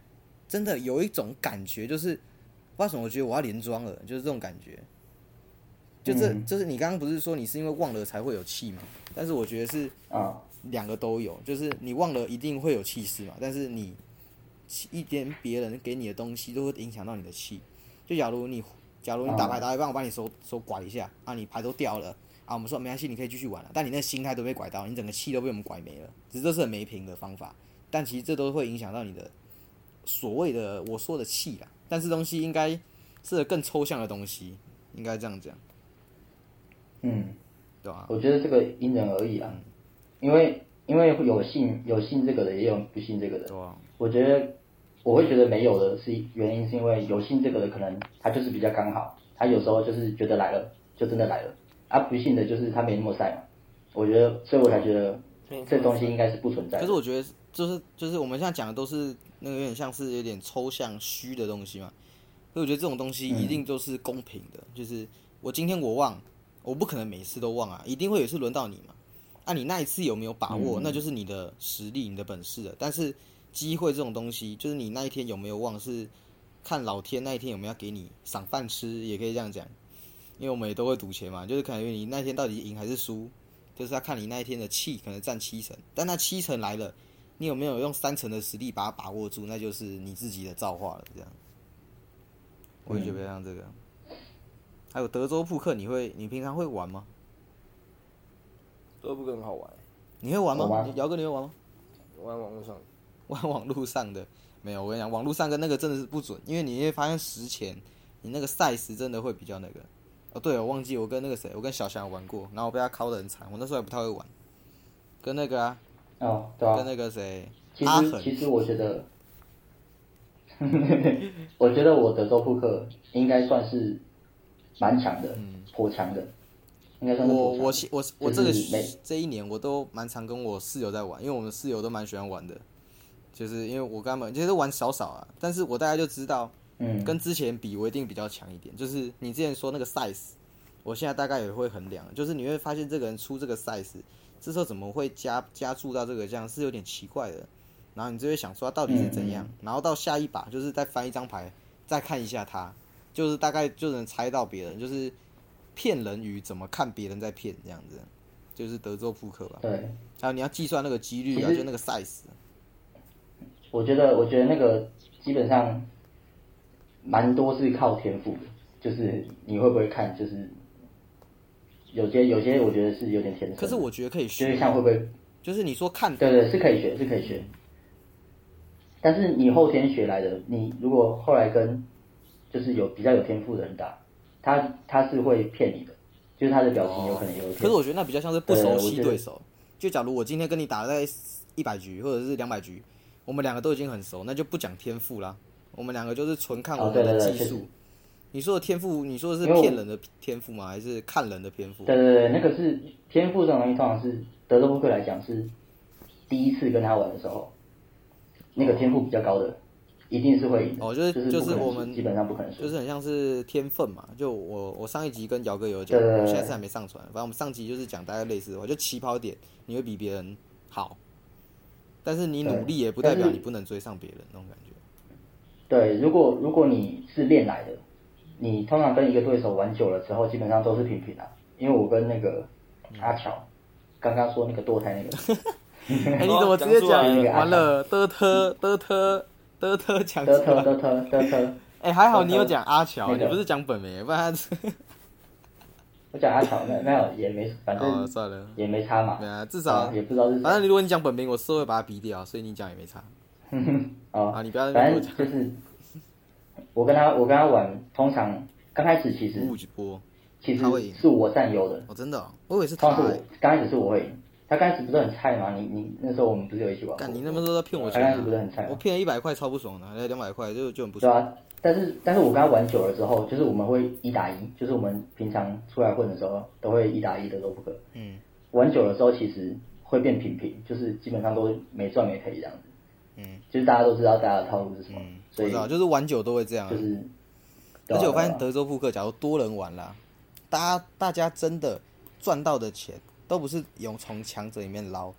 S1: 真的有一种感觉，就是不知道为什么，我觉得我要连庄了，就是这种感觉。就这，就是你刚刚不是说你是因为忘了才会有气嘛？但是我觉得是
S3: 啊，
S1: 两个都有，就是你忘了一定会有气势嘛，但是你气一点别人给你的东西都会影响到你的气。就假如你假如你打牌打一半，我把你手手拐一下啊，你牌都掉了啊，我们说没关系，你可以继续玩了、啊但你那心态都被拐到，你整个气都被我们拐没了，只是这是很没品的方法，但其实这都会影响到你的所谓的我说的气啦。但是东西应该是更抽象的东西，应该这样讲，
S3: 嗯，
S1: 对吧、
S3: 我觉得这个因人而异啊，因为因为有信有信这个的，也有不信这个的。
S1: 对啊，
S3: 我觉得我会觉得没有的是原因，是因为有信这个的可能他就是比较刚好，他有时候就是觉得来了就真的来了，啊不信的就是他没那么晒嘛。我觉得，所以我才觉得这东西应该是不存在
S1: 可
S3: 的
S1: 是。我觉得就是就是我们现在讲的都是那个有点像是有点抽象虚的东西嘛，所以我觉得这种东西一定都是公平的，就是我今天我忘，我不可能每次都忘啊，一定会有一次轮到你嘛。啊，你那一次有没有把握，那就是你的实力、你的本事了。但是机会这种东西，就是你那一天有没有忘，是看老天那一天有没有要给你赏饭吃，也可以这样讲。因为我们也都会赌钱嘛，就是可能你那天到底赢还是输，就是要看你那一天的气可能占七成，但那七成来了，你有没有用三成的实力把它把握住，那就是你自己的造化了。这样，我也觉得像这个。还有德州扑克，你会你平常会玩吗？
S2: 都不是很好玩，
S1: 你会玩吗？
S3: 我玩
S1: 你姚哥，你会玩吗？
S2: 我在网络上
S1: 玩网络上的没有。我跟你讲，网络上跟那个真的是不准，因为你会发现实钱，你那个 size 真的会比较那个。哦，对，我忘记我跟那个谁，我跟小翔玩过，然后我被他敲得很惨。我那时候也不太会玩，跟那个啊，
S3: 哦，对
S1: 跟
S3: 啊，
S1: 那个谁，
S3: 其
S1: 阿
S3: 实
S1: 恒
S3: 其实我觉得， 我觉得我德州扑克应该算是蛮强的，颇强的，应该算是
S1: 我
S3: 颇强
S1: 我
S3: 的。
S1: 嗯我我这个
S3: 就是每
S1: 这一年我都蛮常跟我室友在玩，因为我们室友都蛮喜欢玩的，就是因为我跟他们其实玩少少啊，但是我大概就知道
S3: 嗯，
S1: 跟之前比，我一定比较强一点。就是你之前说那个 size，我现在大概也会衡量，就是你会发现这个人出这个 size，这时候怎么会加加注到这个样是有点奇怪的。然后你就会想说他到底是怎样，
S3: 嗯
S1: 然后到下一把就是再翻一张牌，再看一下他，就是大概就能猜到别人，就是骗人与怎么看别人在骗这样子，就是德州扑克吧。
S3: 对，
S1: 还有你要计算那个几率啊，
S3: 其实
S1: 就那个 size。
S3: 我觉得我觉得那个基本上蛮多是靠天赋的，就是你会不会看，就是有些有些我觉得是有点天生的，
S1: 可是我觉得可以
S3: 就是
S1: 学，
S3: 像会不会
S1: 就是你说看
S3: 对对，是可以学，是可以学。但是你后天学来的，你如果后来跟就是有比较有天赋的人打，他他是会骗你的，就是他的表情有可能有
S1: 哦可
S3: 骗。
S1: 是我觉得那比较像是不熟悉
S3: 对我觉得
S1: 对手。就假如我今天跟你打在一百局或者是两百局，我们两个都已经很熟，那就不讲天赋啦。我们两个就是纯看我
S3: 哦
S1: 们
S3: 对
S1: 的
S3: 对对
S1: 技
S3: 确实
S1: 术。你说的天赋，你说的
S3: 因
S1: 是
S3: 为我
S1: 骗人的天赋吗？还是看人的天赋？
S3: 对对对，那个是天赋这种东西，通常是德州扑克来讲是第一次跟他玩的时候，那个天赋比较高的一定是会赢的。
S1: 哦就是
S3: 就是
S1: 就
S3: 不
S1: 是
S3: 可能
S1: 我
S3: 输
S1: 们
S3: 基本上不可能输。
S1: 就是很像是天分嘛。就我我上一集跟姚哥有讲，
S3: 对对对
S1: 我现在是还没上传。反正我们上集就是讲大概类似的话，就起跑点你会比别人好，但是你努
S3: 对
S1: 力也不
S3: 但
S1: 代表
S3: 是
S1: 你不能追上别人那种感觉。
S3: 对，如果如果你是练来的，你通常跟一个对手玩久了之后，基本上都是平平啊。因为我跟那个
S1: 嗯
S3: 阿乔刚刚说那个堕胎那 个
S1: 哎、你怎么直接
S2: 讲
S1: 讲
S2: 出
S3: 来？了
S1: 完了，的特的特的特讲出
S3: 得特
S1: 来。
S3: 得特得特，
S1: 哎、还好你有讲阿乔，
S3: 那
S1: 你
S3: 个
S1: 不是讲本名，不然 哦
S3: 我讲阿乔那那有也没，反
S1: 哦
S3: 正
S1: 算了，
S3: 也没差嘛
S1: 没。啊，至少
S3: 啊也不知道是
S1: 反
S3: 谁
S1: 正如果你讲本名，我是会把它逼掉，所以你讲也没差。啊
S3: 啊
S1: 你不要在那
S3: 反
S1: 边
S3: 正就是我跟他我跟他玩，通常刚开始其实
S1: 五五局播，
S3: 其实
S1: 他会赢
S3: 是我占优的，
S1: 哦，真的、哦，我以为是他、
S3: 通常是
S1: 欸
S3: 我，刚开始是我会赢。他刚开始不是很菜吗？你你那时候我们不是有一起玩过？
S1: 干你那么多在骗我
S3: 他
S1: 钱、
S3: 刚开始不是很菜
S1: 啊
S3: 吗，
S1: 我骗了一百块超不爽的，还有两百块就就很不
S3: 对
S1: 爽。
S3: 啊，但是但是我跟他玩久了之后，就是我们会一打一，就是我们平常出来混的时候都会一打一的都不可。
S1: 嗯，
S3: 玩久了之后，其实会变平平，就是基本上都没赚没赔这样子。
S1: 嗯，
S3: 就是大家都知道大家的套路是什么，
S1: 我
S3: 所以
S1: 知道，
S3: 就
S1: 就是玩久都会这样、啊。
S3: 是。对
S1: 而
S3: 啊
S1: 且我发现
S3: 对啊
S1: 德州扑克，假如多人玩啦，大家大家真的赚到的钱都不是用从强者里面捞，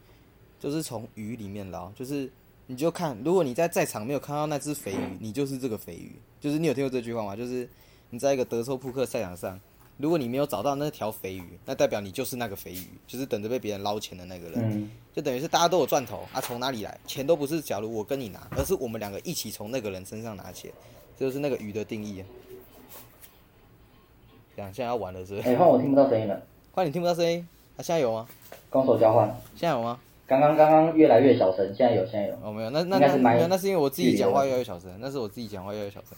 S1: 就是从鱼里面捞。就是你就看，如果你在在场没有看到那只肥鱼，你就是这个肥鱼。就是你有听过这句话吗？就是你在一个德州扑克赛场上，如果你没有找到那条肥鱼，那代表你就是那个肥鱼，就是等着被别人捞钱的那个人。
S3: 嗯，
S1: 就等于是大家都有赚头啊，从哪里来？钱都不是假如我跟你拿，而是我们两个一起从那个人身上拿钱，这就是那个鱼的定义啊。这样现在要玩了是不
S3: 哎、
S1: 是？
S3: 换我听不到声音了，
S1: 快点听不到声音，啊，现在有吗？
S3: 攻守交换。
S1: 现在有吗？
S3: 刚刚刚刚越来越小声，现在有现在有。
S1: 哦，没有，那那
S3: 应该
S1: 那
S3: 是蛮
S1: 没有，那是因为我自己讲话
S3: 距离
S1: 越来越小声，那是我自己讲话越来越小声，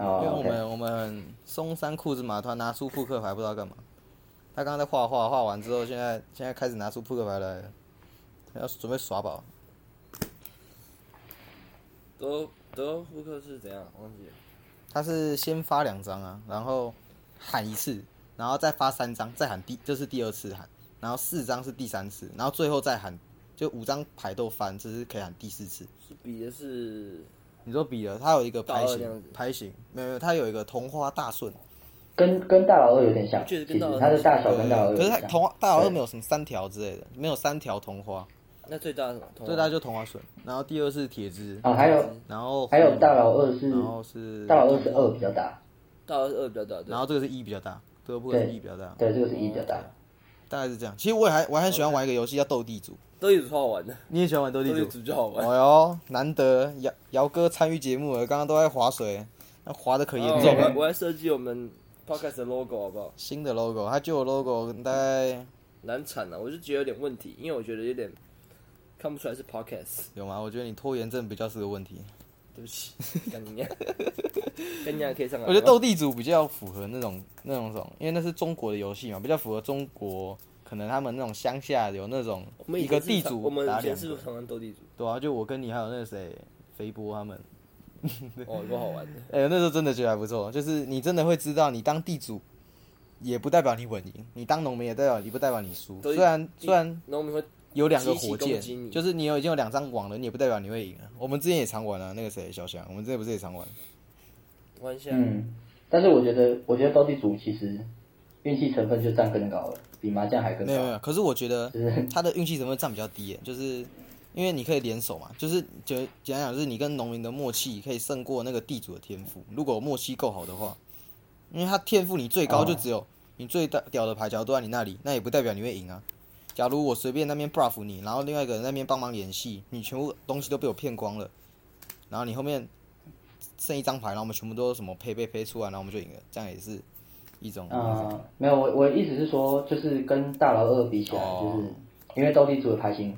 S1: 因为
S3: 哦
S1: 我
S3: ，OK，
S1: 们我们松山裤子马团拿出扑克牌不知道干嘛，他刚刚在画画，画完之后现在现在开始拿出扑克牌来了，要准备耍宝。
S2: 德德州扑克是怎样？忘记了。
S1: 他是先发两张啊，然后喊一次，然后再发三张，再喊第这、是第二次喊，然后四张是第三次，然后最后再喊，就五张牌都翻，这是可以喊第四次。
S2: 是比的是
S1: 你说比了，它有一个牌
S2: 大二这样
S1: 型
S2: 子，
S1: 牌型没有没有，它有一个同花大顺，
S3: 跟跟大佬二有点像，
S2: 我
S3: 其
S2: 觉得
S3: 实
S2: 跟大佬二
S3: 它的大小
S1: 对
S3: 跟大佬二有
S1: 可是它
S3: 点像。
S1: 同花大佬又没有什么三条之类的，没有三条同花，
S2: 那最大的是什么？通
S1: 最大就同花顺，然后第二是铁枝，
S3: 啊，还有
S1: 然后
S3: 还有大
S1: 佬，
S3: 佬二是
S1: 然后是
S3: 大佬二是二比较大，
S2: 大二是二比较大，对
S1: 然后这个是 E 一比较大，这个部分是一 E 比较大，
S3: 对，这个是一比较大。
S1: 大概是这样。其实我也还我还很喜欢玩一个游戏叫斗地主。
S2: 斗地主超好玩的，
S1: 你也喜欢玩斗
S2: 斗
S1: 地
S2: 地
S1: 主？
S2: 主就好玩。
S1: 哎呦，难得姚姚哥参与节目了，刚刚都在划水，那划的可严
S2: 哦
S1: 重
S2: 我
S1: 了。
S2: 还我还设计我们 podcast 的 logo 好不好？
S1: 新的 logo，它旧的 logo 大概
S2: 啊难产了、我就觉得有点问题，因为我觉得有点看不出来是 podcast，
S1: 有吗？我觉得你拖延症比较是个问题。
S2: 对不起，跟 你娘，跟你娘可以上来吗。
S1: 我觉得斗地主比较符合那种那种什么，因为那是中国的游戏嘛，比较符合中国可能他们那种乡下有那种
S2: 我们以
S1: 一
S2: 前
S1: 个
S2: 是
S1: 地
S2: 常
S1: 主
S2: 我们
S1: 打
S2: 以
S1: 两
S2: 前是
S1: 个
S2: 不是，常常斗 地主？
S1: 对啊，就我跟你还有那个谁肥波他们，
S2: 哦，多好玩的。
S1: 哎、那时候真的觉得还不错，就是你真的会知道，你当地主也不代表你稳赢，你当农民也代表你不代表你输，
S2: 对
S1: 虽然虽然
S2: 然后我们会
S1: 有两个
S2: 积极
S1: 火
S2: 攻
S1: 箭
S2: 击你，
S1: 就是你有已经有两张网了，你也不代表你会赢啊。我们之前也常玩啊，那个谁小翔，我们之前不是也常玩？
S2: 玩一下，
S3: 嗯，但是我觉得，我觉得斗地主其实运气成分就占更高了，比麻将还更
S1: 没有没
S3: 高。
S1: 有，可是我觉得
S3: 是
S1: 他的运气成分占比较低耶，就是因为你可以联手嘛，就是简简单讲，就是你跟农民的默契可以胜过那个地主的天赋。如果默契够好的话，因为他天赋你最高就只有、你最大屌的牌，假如都在你那里，那也不代表你会赢啊。假如我随便那边 bluff 你，然后另外一个人那边帮忙演戏，你全部东西都被我骗光了，然后你后面剩一张牌，然后我们全部都什么呸呸呸出来，然后我们就赢了，这样也是一种。
S3: 啊、没有，我我的意思是说，就是跟大佬二比起来，
S1: 哦
S3: 就是因为斗地主的牌型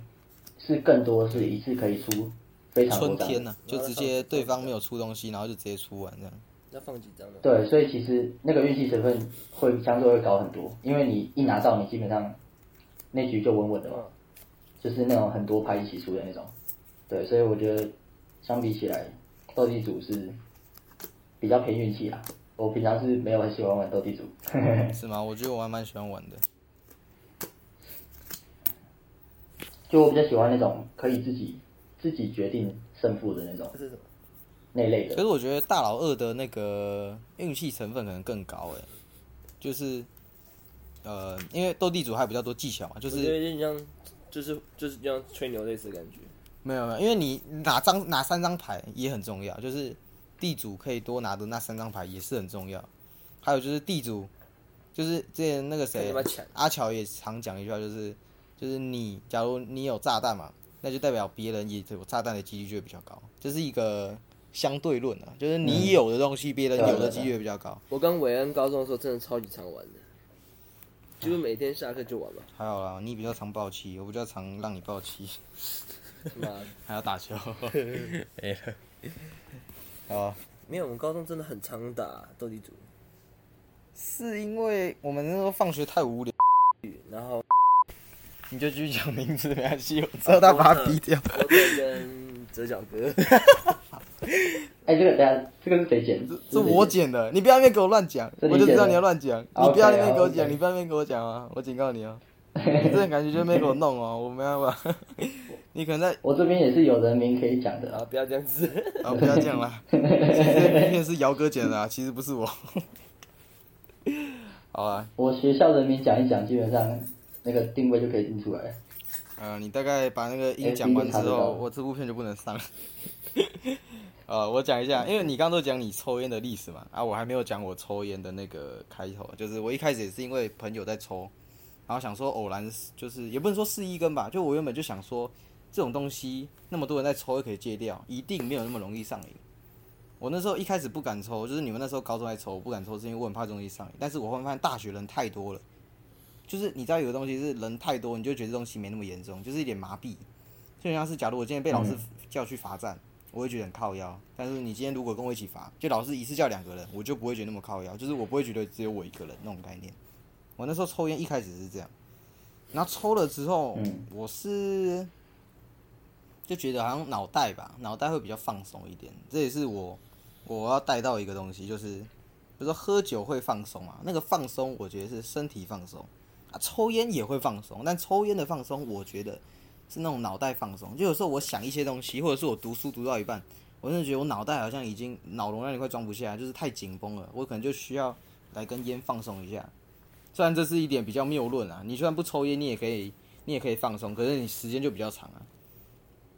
S3: 是更多，是一次可以出非常多
S1: 春
S3: 张的。
S1: 天啊呢、就直接对方没有出东西，然后就直接出完这样。
S2: 要放几张呢？
S3: 对，所以其实那个运气成分会相对会高很多，因为你一拿到，你基本上那局就稳稳的
S2: 啊
S3: 嘛，就是那种很多牌一起出的那种。对，所以我觉得相比起来，斗地主是比较偏运气啦。我平常是没有很喜欢玩斗地主，
S1: 是吗？我觉得我还蛮喜欢玩的。
S3: 就我比较喜欢那种可以自己自己决定胜负的那种
S2: 这是什么？
S3: 那类
S1: 可是
S3: 的。
S1: 我觉得大佬二的那个运气成分可能更高诶，就是呃，因为斗地主还有比较多技巧嘛，就
S2: 我觉得
S1: 是
S2: 有点像，就是就是像吹牛类似的感觉。
S1: 没有没有，因为你哪张哪三张牌也很重要，就是地主可以多拿的那三张牌也是很重要，还有就是地主，就是之前那个
S2: 看
S1: 谁
S2: 你要不要抢
S1: 阿乔也常讲一句话，就是就是你假如你有炸弹嘛，那就代表别人也有炸弹的几率就会比较高，这、是一个相对论啊，就是你有的东西别人
S3: 对啊
S1: 有的
S3: 对啊
S1: 几率会比较高。
S2: 我跟韦恩高中的时候真的超级常玩的，几乎每天下课就玩吧。
S1: 还好啦，你比较常爆气，我比较常让你爆气，
S2: 妈的，
S1: 还要打球， 没了。好啊、
S2: 没有，我们高中真的很常打斗地主，
S1: 是因为我们那时候放学太无聊，
S2: 然后
S1: 你就继续讲名字没关系，我
S3: 哦
S1: 知道他把它逼掉。
S2: 我在跟折角哥，
S3: 哎、这个等一下这个是谁剪？
S1: 是我剪的，你不要在那边给我乱讲，
S3: 这你
S1: 我就知道
S3: 剪的啊
S1: 你要乱讲。
S3: OK，
S1: 你不要在那边给我讲，
S3: OK
S1: 你不要在那边给我讲啊！我警告你哦，你这种感觉就没给我弄哦，我没办法。 你可能在
S3: 我这边也是有人名可以讲的
S2: 然
S3: 啊
S2: 后。不要这样子，
S1: 啊，不要这样啦。 其实那片是姚哥剪的啊，其实不是我。 好啊，
S3: 我学校人名讲一讲，基本上那个定位就可以定出来了。
S1: 呃，你大概把那个
S3: 哎
S1: 音讲完之
S3: 第一个查得
S1: 后，
S3: 到
S1: 我这部片就不能上了。 呃，我讲一下，因为你刚刚都讲你抽烟的历史嘛，啊，我还没有讲我抽烟的那个开头，就是我一开始也是因为朋友在抽，然后想说偶然就是也不能说试一根吧，就我原本就想说这种东西那么多人在抽，又可以戒掉，一定没有那么容易上瘾。我那时候一开始不敢抽，就是你们那时候高中在抽，我不敢抽是因为我很怕这东西上瘾。但是我后面发现大学人太多了，就是你知道有个东西是人太多，你就觉得这东西没那么严重，就是一点麻痹。就像是假如我今天被老师叫去罚站，我会觉得很靠腰。但是你今天如果跟我一起罚，就老师一次叫两个人，我就不会觉得那么靠腰，就是我不会觉得只有我一个人那种概念。我那时候抽烟一开始是这样，然后抽了之后，
S3: 嗯
S1: 我是就觉得好像脑袋吧，脑袋会比较放松一点。这也是我我要带到一个东西，就是比如说喝酒会放松嘛，那个放松我觉得是身体放松啊，抽烟也会放松，但抽烟的放松我觉得是那种脑袋放松。就有时候我想一些东西，或者是我读书读到一半，我真的觉得我脑袋好像已经脑容量也快装不下，就是太紧绷了，我可能就需要来根烟放松一下。虽然这是一点比较谬论啊，你虽然不抽烟，你也可以，你也可以放松，可是你时间就比较长啊。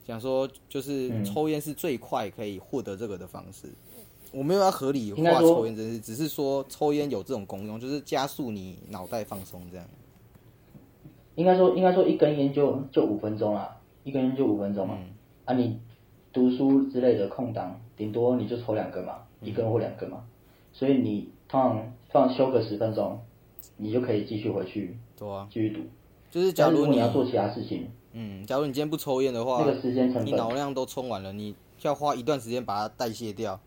S1: 想说就是
S3: 嗯
S1: 抽烟是最快可以获得这个的方式，我没有要合理
S3: 应该
S1: 化
S3: 说
S1: 抽烟这件事，只是说抽烟有这种功用，就是加速你脑袋放松这样。
S3: 应该说，应该说一根烟就就五分钟啦，一根烟就五分钟
S1: 嗯
S3: 嘛。啊，你读书之类的空档，顶多你就抽两根嘛，
S1: 嗯
S3: 一根或两根嘛。所以你通常放休个十分钟，你就可以继续回去
S1: 对啊，
S3: 继续读。
S1: 就是假
S3: 但如
S1: 如
S3: 果
S1: 你
S3: 你要做其他事情，
S1: 嗯，假如你今天不抽烟的话
S3: 那，个时间成
S1: 你
S3: 本
S1: 脑量都充完了，你要花一段时间把它代谢掉。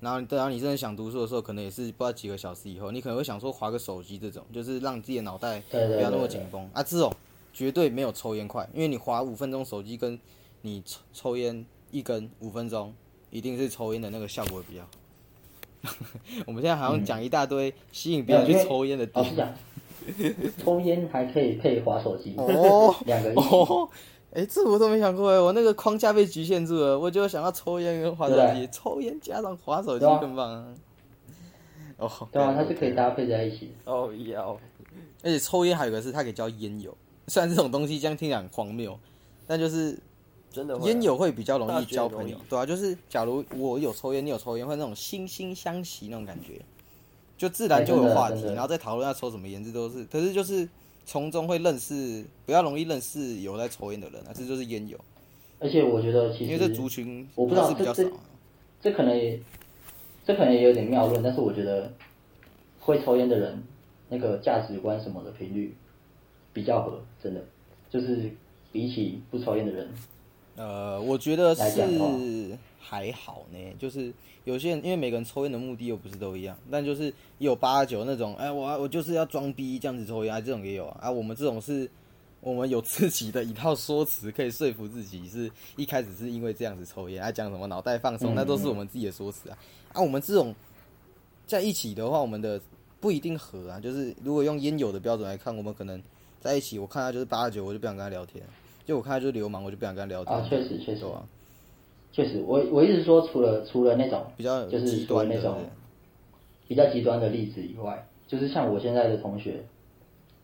S1: 然后，等到你真的想读书的时候，可能也是不知道几个小时以后，你可能会想说划个手机这种，就是让自己的脑袋
S3: 对对
S1: 不要那
S3: 对
S1: 么
S3: 对
S1: 紧绷啊。这种绝对没有抽烟快，因为你划五分钟手机跟你抽抽烟一根五分钟，一定是抽烟的那个效果比较好。 我们现在好像讲一大堆吸引别人
S3: 没有
S1: 去
S3: 嗯因为
S1: 抽烟的
S3: 老
S1: 点
S3: 实讲，抽烟还可以配划手机，
S1: 哦
S3: 两个一起。
S1: 哦，哎、这我都没想过哎，我那个框架被局限住了，我就想要抽烟跟滑手
S3: 对啊
S1: 机，抽烟加上滑手机
S3: 对啊
S1: 更棒啊！哦，
S3: 对啊，它是
S1: 哎
S3: 可以搭配在一起的。
S2: 哦要，
S1: 而且抽烟还有一个是它可以叫烟友， 虽然这种东西这样听起来很荒谬，但就是
S2: 真的会啊
S1: 烟友会比较容
S2: 大
S1: 易
S2: 学
S1: 交
S2: 容
S1: 朋友
S2: 易，
S1: 对啊，就是假如我有抽烟，你有抽烟，会那种惺惺相惜那种感觉，就自然
S3: 哎
S1: 就
S3: 真
S1: 有
S3: 的
S1: 话
S3: 真
S1: 题，
S3: 的
S1: 然后再讨论要抽什么烟，这都是，可是就是从中会认识，比较容易认识有在抽烟的人啊，这就是烟友，
S3: 而且我觉得其
S1: 因
S3: 实
S1: 为这族群
S3: 我不知道
S1: 还是比较少
S3: 这
S1: 啊，
S3: 这可能也，这可能也有点谬论，但是我觉得会抽烟的人那个价值观什么的频率比较合，真的就是比起不抽烟的人，
S1: 呃，我觉得
S3: 来讲的话
S1: 是还好呢，就是有些人因为每个人抽烟的目的又不是都一样，但就是也有八九那种，哎，我我就是要装逼这样子抽烟，啊，这种也有啊。啊，我们这种是，我们有自己的一套说辞可以说服自己，是一开始是因为这样子抽烟，啊，讲什么脑袋放松，那都
S3: 嗯
S1: 是我们自己的说辞啊。啊，我们这种在一起的话，我们的不一定合啊，就是如果用烟友的标准来看，我们可能在一起，我看他就是八九，我就不想跟他聊天。就我看他就是流氓，我就不想跟他聊天。
S3: 啊确实确实
S1: 对啊，
S3: 确实，我我一直说除了除了那种
S1: 比较
S3: 就是
S1: 极
S3: 除了
S1: 端的
S3: 那种比较极端的例子以外，就是像我现在的同学，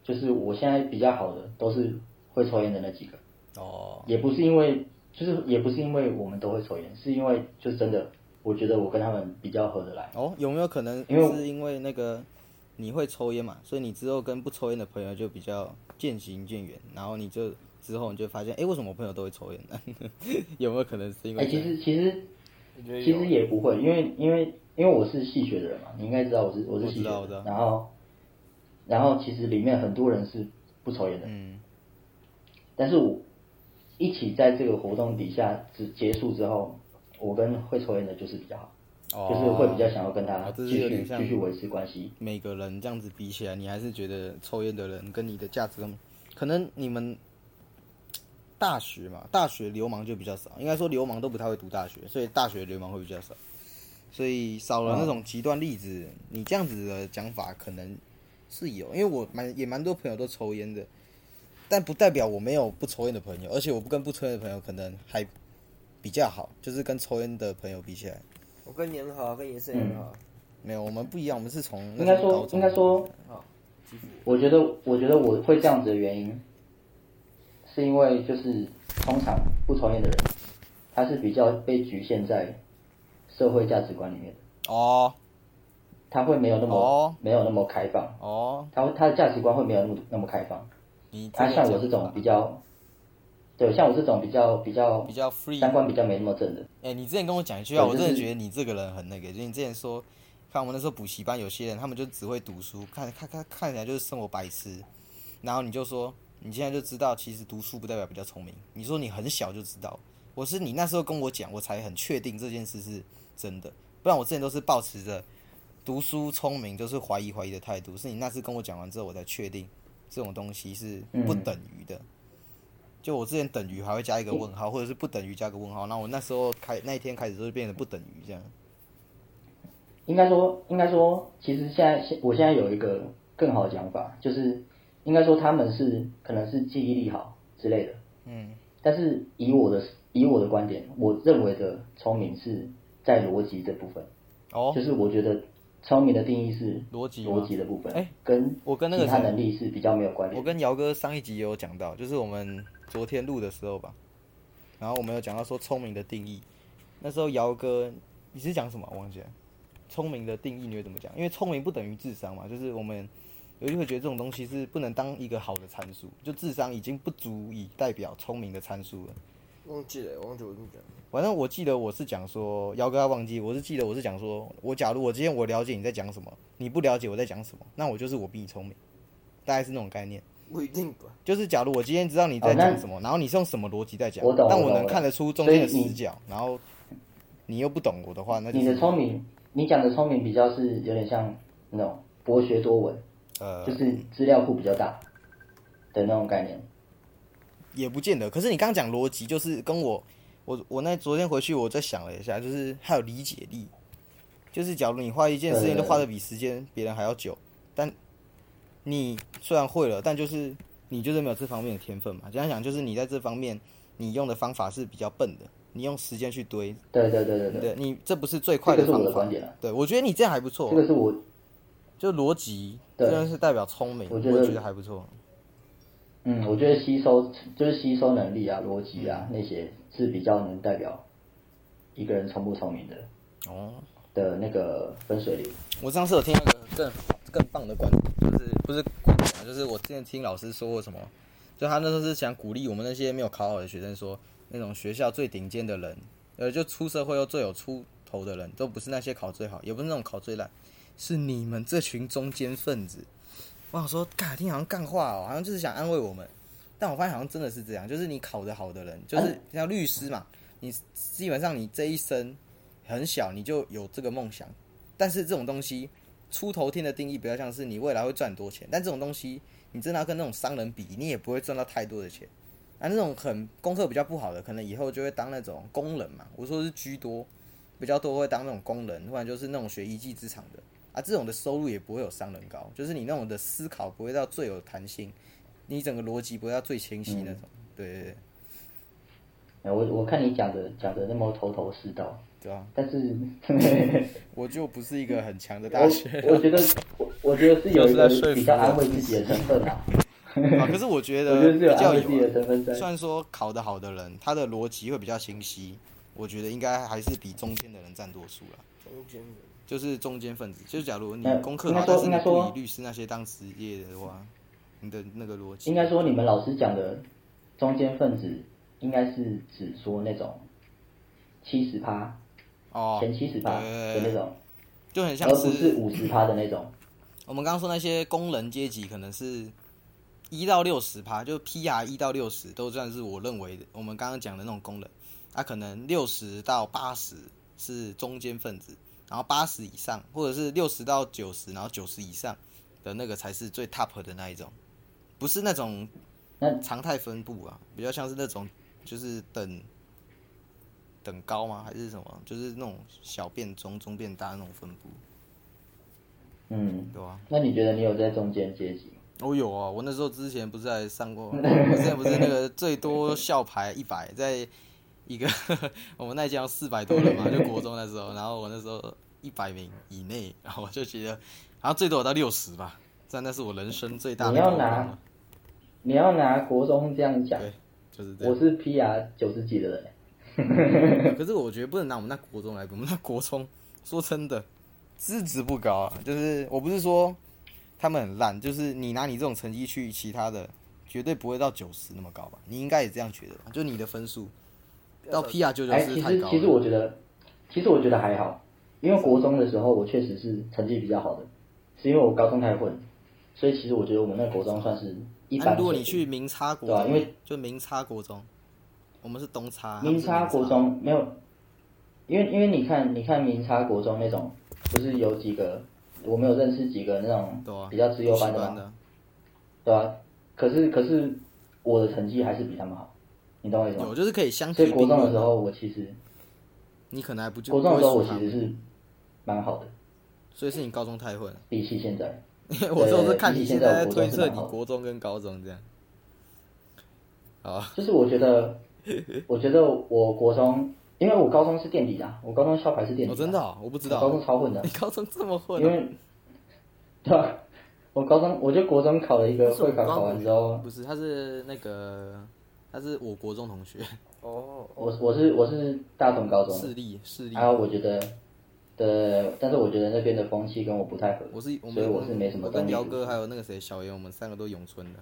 S3: 就是我现在比较好的都是会抽烟的那几个，
S1: 哦，
S3: 也不是因为，就是也不是因为我们都会抽烟，是因为就是真的，我觉得我跟他们比较合得来。
S1: 哦，有没有可能
S3: 因为我
S1: 是因为那个你会抽烟嘛，所以你之后跟不抽烟的朋友就比较渐行渐远，然后你就之后你就发现，哎、为什么我朋友都会抽烟？ 有没有可能是因
S3: 哎、
S1: 为这
S3: 其
S1: 样？
S3: 实其实
S2: 我觉得
S3: 其实
S2: 有，
S3: 也不会，因为因为因为我是戏学的人嘛，你应该知道我是我是
S1: 我
S3: 戏学
S1: 知道我
S3: 的
S1: 知道，
S3: 然后然后其实里面很多人是不抽烟的，
S1: 嗯，
S3: 但是我一起在这个活动底下只结束之后，我跟会抽烟的就是比较好，
S1: 哦，
S3: 就是会比较想要跟他
S1: 哦这
S3: 继
S1: 是有
S3: 续
S1: 点
S3: 继
S1: 像
S3: 续维持关系。
S1: 每个人这样子比起来，你还是觉得抽烟的人跟你的价值观，可能你们大学嘛，大学流氓就比较少，应该说流氓都不太会读大学，所以大学流氓会比较少，所以少了那种极端例子。你这样子的讲法可能是有，因为我蛮也蛮多朋友都抽烟的，但不代表我没有不抽烟的朋友，而且我不跟不抽烟的朋友可能还比较好，就是跟抽烟的朋友比起来，
S2: 我跟你很好，跟颜色也很好，
S1: 没有我们不一样，我们是从那
S3: 应该
S1: 种高
S3: 说
S1: 中
S3: 应该说
S2: 嗯欺负
S3: 我觉得，我觉得我会这样子的原因，是因为就是通常不抽烟的人，他是比较被局限在社会价值观里面的，
S1: 哦。
S3: 他会没有那么、
S1: 哦
S3: 没有那么开放，
S1: 哦，
S3: 他会他的价值观会没有那么那么开放。
S1: 你这
S3: 他
S1: 个
S3: 啊像我
S1: 讲
S3: 这种
S1: 法
S3: 比较，对，像我这种比较比较
S1: 比较 free，
S3: 三观比较没那么正的，
S1: 哎、你之前跟我讲一句话，
S3: 对
S1: 我
S3: 就
S1: 真的
S3: 是
S1: 觉得你这个人很那个，就是你之前说，看我们那时候补习班有些人，他们就只会读书，看看看看起来就是生活白痴，然后你就说你现在就知道，其实读书不代表比较聪明，你说你很小就知道，我是你那时候跟我讲，我才很确定这件事是真的，不然我之前都是抱持着读书聪明就是怀疑怀疑的态度，是你那次跟我讲完之后，我才确定这种东西是不
S3: 嗯
S1: 等于的。就我之前等于还会加一个问号，或者是不等于加个问号。那我那时候开那一天开始就变得不等于这样。
S3: 应该说，应该说，其实现在现我现在有一个更好的讲法，就是应该说他们是可能是记忆力好之类的，
S1: 嗯，
S3: 但是以我的以我的观点，我认为的聪明是在逻辑这部分，
S1: 哦
S3: 就，是我觉得聪明的定义是
S1: 逻辑吗
S3: 逻辑的部分，
S1: 哎
S3: 跟
S1: 我跟那个
S3: 其他
S1: 谁
S3: 能力是比较没有关
S1: 我
S3: 联的。
S1: 跟姚哥上一集也有讲到，就是我们昨天录的时候吧，然后我们有讲到说聪明的定义。那时候姚哥你是讲什么？我忘记了。聪明的定义你会怎么讲？因为聪明不等于智商嘛，就是我们有些会觉得这种东西是不能当一个好的参数，就智商已经不足以代表聪明的参数了。
S2: 忘记了，忘记我怎么讲，
S1: 反正我记得我是讲说，姚哥他忘记，我是记得我是讲说，我假如我今天我了解你在讲什么，你不了解我在讲什么，那我就是我比你聪明，大概是那种概念。
S2: 不一定吧？
S1: 就是假如我今天知道你在讲什么，然后你是用什么逻辑在讲，
S3: 我懂
S1: 但
S3: 我懂
S1: 能
S3: 我
S1: 看得出中间的死角，然后你又不懂我的话，那就
S3: 你的
S1: 是
S3: 聪明，你讲的聪明比较是有点像那种博学多闻，
S1: 呃
S3: 就是资料库比较大的那种概念。
S1: 也不见得。可是你刚刚讲逻辑，就是跟我我我那昨天回去我再想了一下，就是还有理解力，就是假如你画一件事情
S3: 对
S1: 都画的比时间别人还要久，但你虽然会了，但就是你就是没有这方面的天分嘛。这样讲就是你在这方面你用的方法是比较笨的，你用时间去堆，
S3: 对对对对对，
S1: 对你这不是最快的
S3: 这个是
S1: 方
S3: 我的
S1: 法
S3: 观点啊。
S1: 对，我觉得你这样还不错
S3: 这，个是我
S1: 就逻辑
S3: 对
S1: 真的是代表聪明，我
S3: 我觉得
S1: 觉得还不错。
S3: 嗯，我觉得吸收就是吸收能力啊、逻辑
S1: 嗯
S3: 啊那些是比较能代表一个人聪不聪明的
S1: 哦，
S3: 的那个分水岭。
S1: 我上次有听那个更更棒的观点，就是不是观点啊，就是我之前听老师说过什么，就他那时候是想鼓励我们那些没有考好的学生说，那种学校最顶尖的人，呃，就出社会又最有出头的人，都不是那些考最好，也不是那种考最烂，是你们这群中间分子。我想说，嘎，听好像干话哦，好像就是想安慰我们，但我发现好像真的是这样，就是你考得好的人，就是像律师嘛，你基本上你这一生很小你就有这个梦想。但是这种东西，出头天的定义比较像是你未来会赚多钱，但这种东西你真的要跟那种商人比，你也不会赚到太多的钱。啊，那种很功课比较不好的，可能以后就会当那种工人嘛。我说是居多，比较多会当那种工人，或者就是那种学一技之长的啊。这种的收入也不会有商人高，就是你那种的思考不会到最有弹性，你整个逻辑不会到最清晰那种。对对对，
S3: 哎我我看你讲的讲的那么头头是道，
S1: 对啊，
S3: 但是
S1: 我就不是一个很强的大学
S3: 我我觉得我我觉得是有一
S1: 就是在说
S3: 个
S1: 服
S3: 比较安慰自己的成分啊。
S1: 啊，可是我觉
S3: 我
S1: 得
S3: 觉得是有
S1: 比较
S3: 安慰
S1: 有
S3: 自己的成分
S1: 虽
S3: 在。
S1: 然说考得好的人，他的逻辑会比较清晰，我觉得应该还是比中间的人占多数啦。
S2: 中间人
S1: 就是中间分子，就是假如你
S3: 那
S1: 功课
S3: 应该
S1: 好，
S3: 说
S1: 但是你
S3: 应该
S1: 不
S3: 说
S1: 以律师那些当职业的话，你的那个逻辑
S3: 应该说你们老师讲的中间分子，应该是指说那种七十趴
S1: 哦，
S3: 前七十趴的那种，
S1: 就很呃像
S3: 而不是
S1: 是
S3: 五十趴的那种。
S1: 我们刚刚说那些工人阶级，可能是一到六十趴，就 PR 一到六十都算是我认为的我们刚刚讲的那种工人，他、可能六十到八十是中间分子，然后八十以上，或者是六十到九十，然后九十以上的那个才是最 top 的那一种，不是那种
S3: 那
S1: 常态分布啊，比较像是那种就是等等高吗？还是什么？就是那种小变中、中变大那种分布，
S3: 嗯，
S1: 对吧、
S3: 那你觉得你有在中间阶级吗？
S1: 我有啊，我那时候之前不是还上 过，我之前不是那个最多校牌一百，在一个 我们那一届四百多人嘛，就国中那时候，然后我那时候一百名以内，然后我就觉得，好像最多有到六十吧，这那是我人生最大的
S3: 你要
S1: 高光
S3: 拿
S1: 了
S3: 你要拿国中这样讲，
S1: 对，就是这
S3: 我
S1: 样。
S3: 是 PR 九十几的人欸。
S1: 可是我觉得不能拿我们那国中来比，我们那国中 说真的资质不高啊，就是我不是说他们很烂，就是你拿你这种成绩去其他的，绝对不会到九十那么高吧？你应该也这样觉得吧？就你的分数到 PR 九九
S3: 哎，
S1: 是
S3: 其
S1: 太
S3: 实
S1: 高
S3: 其实
S1: 了。
S3: 我觉得，其实我觉得还好，因为国中的时候我确实是成绩比较好的，是因为我高中太混，所以其实我觉得我们那个国中算是一
S1: 啊
S3: 般水平。
S1: 如果你去明差国
S3: 对啊
S1: 中，
S3: 因为
S1: 就明差国中，我们是东差，他们
S3: 民
S1: 是
S3: 差国
S1: 明
S3: 中没有，因为因为你看你看民差国中那种，不是有几个我们有认识几个那
S1: 对
S3: 种
S1: 啊
S3: 比较资优
S1: 补习
S3: 班的嘛，
S1: 班的，
S3: 对吧、可是可是我的成绩还是比他们好，你懂我意思吗？
S1: 有就是可以相
S3: 所
S1: 提
S3: 以国
S1: 并
S3: 中的时
S1: 论，啊
S3: 候我其实
S1: 你可能还不就
S3: 国中的时候
S1: 不
S3: 我
S1: 会输
S3: 其
S1: 他
S3: 实
S1: 们，
S3: 是蛮好的，
S1: 所以是你高中太混了。
S3: 比起现在。
S1: 因为 我都是看你现在在推测你
S3: 对
S1: 国中跟高中这样。好，啊
S3: 就是啊我觉 得，我觉得我国中，因为我高中是垫底的啊，我高中校牌是垫底、
S1: 我真的、，哦、我不知
S3: 我
S1: 道，
S3: 高中超混 的啊
S1: 你，高中这么混哦
S3: 因，为，对吧、我高中，我就国中考了一个会考，考完之后，
S1: 不是他是那个他是我国中同学，
S2: 哦，
S3: 我我是我是大同高中的，
S1: 势力势力
S3: 然，后我觉得，对，但是我觉得那边的风气跟我不太合，
S1: 我是我
S3: 所以
S1: 们
S3: 我是没什么
S1: 我跟
S3: 动力
S1: 姚
S3: 读
S1: 哥
S3: 书
S1: 还有那个谁小严，我们三个都永春的。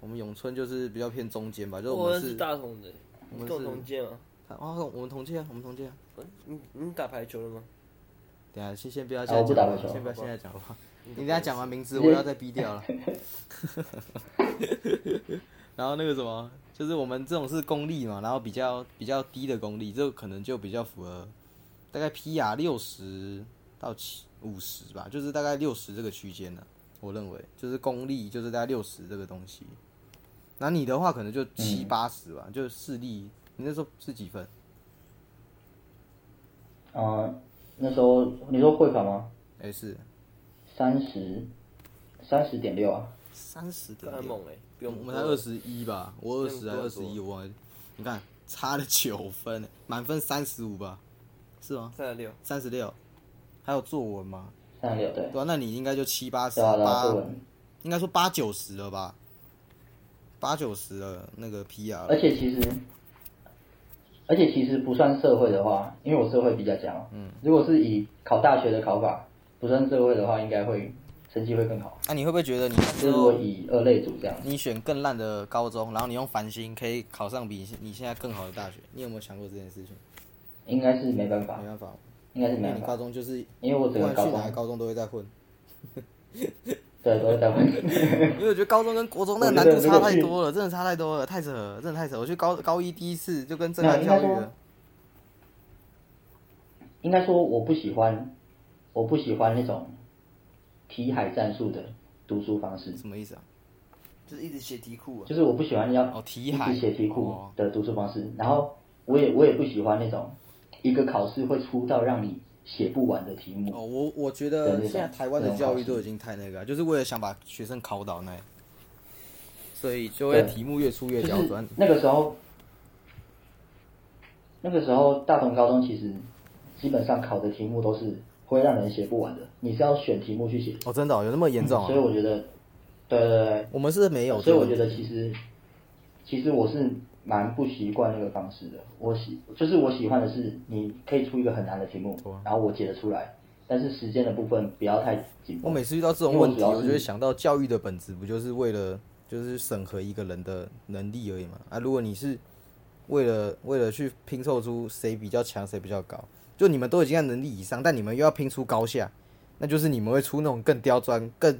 S1: 我们永春就是比较偏中间吧，就是我
S2: 我
S1: 们
S2: 认识
S1: 是，
S2: 大同的，
S1: 我
S2: 你
S1: 们
S2: 跟
S1: 是
S2: 我同届吗？
S1: 他哦，我们同届啊，我们同届啊。
S2: 嗯你你打排球了吗？
S1: 等一下先先不要
S3: 啊
S1: 现在
S3: 我不
S1: 讲
S3: 打
S1: 话，
S3: 篮球
S1: 先不要现在讲话，你等一
S2: 打
S1: 下
S2: 排
S1: 讲完名字
S3: 直
S1: 我
S3: 接
S1: 要再逼掉了。然后那个什么，就是我们这种是功力嘛，然后比较比较低的功力，这可能就比较符合大概 PR 六十到七五十吧，就是大概六十这个区间呢、我认为就是功力就是大概六十这个东西。那你的话可能就七八十吧，就视力。你那时候是几分？
S3: 嗯，那时候你说会考吗？
S1: 哎、是
S3: 三十，三十点六啊。
S1: 三十点
S2: 很
S1: 六。
S2: 猛哎、比我
S1: 我
S2: 们
S1: 们才二十一吧，我二十还
S2: 这样
S1: 二
S2: 多
S1: 十一，我忘了。你看差了九分，满分三十五吧？是吗？
S2: 三十六，
S1: 三十六，还有作文吗？
S3: 三六对，
S1: 对啊，那你应该就七八十
S3: 对啊，然后
S1: 八
S3: 作，文，
S1: 应该说八九十了吧？八九十了，那个 PR
S3: 而且其实，而且其实不算社会的话，因为我社会比较强嘛，
S1: 嗯
S3: 如果是以考大学的考法，不算社会的话，应该会成绩会更好。
S1: 那、你会不会觉得你
S3: 就是如果以二类组这样，
S1: 你选更烂的高中，然后你用繁星可以考上比你现在更好的大学？你有没有想过这件事情？
S3: 应该是没办法
S1: 没，办法，
S3: 应该是
S1: 因
S3: 没
S1: 为嗯
S3: 办
S1: 你高
S3: 法，
S1: 中就是
S3: 因为我
S1: 不
S3: 整个
S1: 管去
S3: 高
S1: 哪个
S3: 中，
S1: 高中都会在混。
S3: 对，都是在混。
S1: 因为我觉得高中跟国中那个难度差太多了，真的差太多了，太扯了，真的太扯了。我去高高一第一次就跟震撼教育
S3: 那应该
S1: 了
S3: 说， 应该说我不喜欢，我不喜欢那种题海战术的读书方式，
S1: 什么意思啊？
S2: 就是一直写题库啊，
S3: 就是我不喜欢要
S1: 哦题
S3: 一
S1: 海
S3: 直写题库
S1: 哦
S3: 的读书方式，然后我也我也不喜欢那种一个考试会出到让你写不完的题目，
S1: 哦，我我觉得现在台湾的教育都已经太那个啊了，就是为了想把学生考倒那样，所以就会
S3: 对
S1: 题目越出越
S3: 就
S1: 刁
S3: 是
S1: 钻。
S3: 那个时候，那个时候大同高中其实基本上考的题目都是会让人写不完的，你是要选题目去写，
S1: 哦，真的哦、有那么严重
S3: 所以
S1: 啊？
S3: 我觉得，对对对。
S1: 我们是没有这
S3: 所以
S1: 个
S3: 我
S1: 问题，
S3: 觉得其实，其实我是蛮不习惯那个方式的。我喜就是我喜欢的是，你可以出一个很难的题目，
S1: 啊
S3: 然后我解得出来，但是时间的部分不要太紧
S1: 我
S3: 绷。
S1: 每次遇到这种问题，
S3: 因为我主要
S1: 我
S3: 是
S1: 就会想到教育的本质不就是为了就是审核一个人的能力而已嘛？啊，如果你是为了为了去拼凑出谁比较强，谁比较高，就你们都已经在能力以上，但你们又要拼出高下，那就是你们会出那种更刁钻、更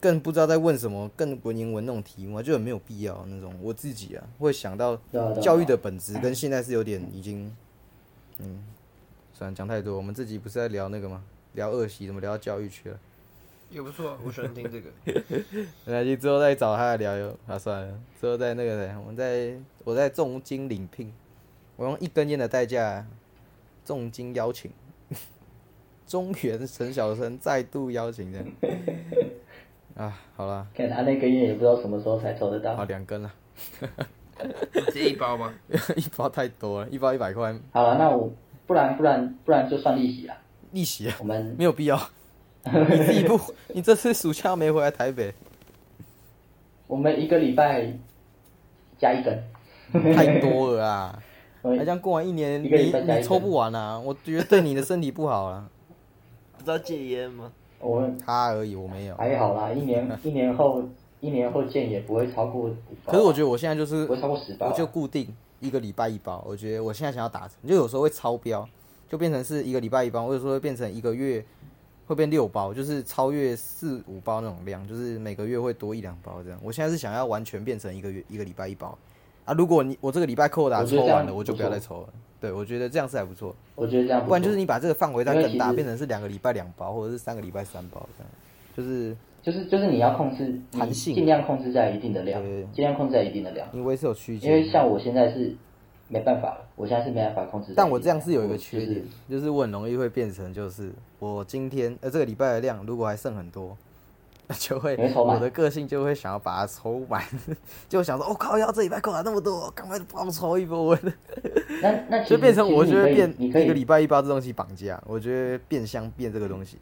S1: 更不知道在问什么、更文言文那种题目啊，就很没有必要那种。我自己啊，会想到
S3: 对啊对啊
S1: 教育的本质跟现在是有点已经，嗯，算了，讲太多，我们自己不是在聊那个吗？聊恶习，怎么聊到教育去了？
S2: 也不错，我喜欢听 这个。
S1: 没关系，之后再找他来聊哟。啊，算了，之后再那个谁，我们再我再重金领聘，我用一根烟的代价，重金邀请 中原陈小生再度邀请的。 啊，好了，
S3: 看他那根烟也不知道什么时候才抽得到
S1: 好。两根了，
S2: 这一包吗？
S1: 一包太多了，一包一百块，
S3: 好了，那我不然不然不然就算利息啊。
S1: 利息啊，
S3: 我们
S1: 没有必要。你自己不，你这次暑假没回来台北，
S3: 我们一个礼拜加一根，
S1: 太多了啊！
S3: 我
S1: 还这样过完一年，
S3: 一个礼
S1: 你
S3: 拜加一
S1: 你
S3: 根
S1: 抽不完啊！我觉得对你的身体不好啊。
S2: 不知道戒烟吗？
S3: 我们
S1: 他而已，我没有。
S3: 还好啦，一年一年后一年后见也不会超过五包啊。
S1: 嗯可是我觉得我现在就是
S3: 不会超过十包啊。
S1: 我就固定一个礼拜一包。我觉得我现在想要达成，就有时候会超标，就变成是一个礼拜一包，或者说会变成一个月会变六包，就是超越四五包那种量，就是每个月会多一两包这样。我现在是想要完全变成一个月一个礼拜一包啊！如果你我这个礼拜扣打
S3: 我觉得
S1: 抽
S3: 这样
S1: 完了，我就
S3: 不
S1: 不要
S3: 错
S1: 再抽了。对，我觉得这样是还不错，
S3: 我觉得这样
S1: 不然
S3: 错
S1: 就是你把这个范围再
S3: 因为
S1: 更大，
S3: 其实
S1: 变成是两个礼拜两包，或者是三个礼拜三包这样，就是
S3: 就是就是你要控制你
S1: 弹性
S3: 尽量控制在一定的量
S1: 对，嗯
S3: 尽量控制在一定的量。
S1: 因为是有区
S3: 因
S1: 间的。
S3: 为像我现在是没办法了，我现在是没办法控制在一定的量。哦
S1: 但我这样是有一个缺
S3: 我
S1: 点
S3: 就是，
S1: 就是我很容易会变成，就是我今天呃这个礼拜的量如果还剩很多， 就会
S3: 你会抽满
S1: 我的个性就会想要把它抽满， 就想说我、哦、靠，要这礼拜扣了那么多，赶快帮抽一波，
S3: 那那其实
S1: 就变成我
S3: 其
S1: 就
S3: 实
S1: 会
S3: 你可以
S1: 变
S3: 你可
S1: 一个
S3: 以，
S1: 礼拜一包这东西绑架，我觉得变相变这个东西，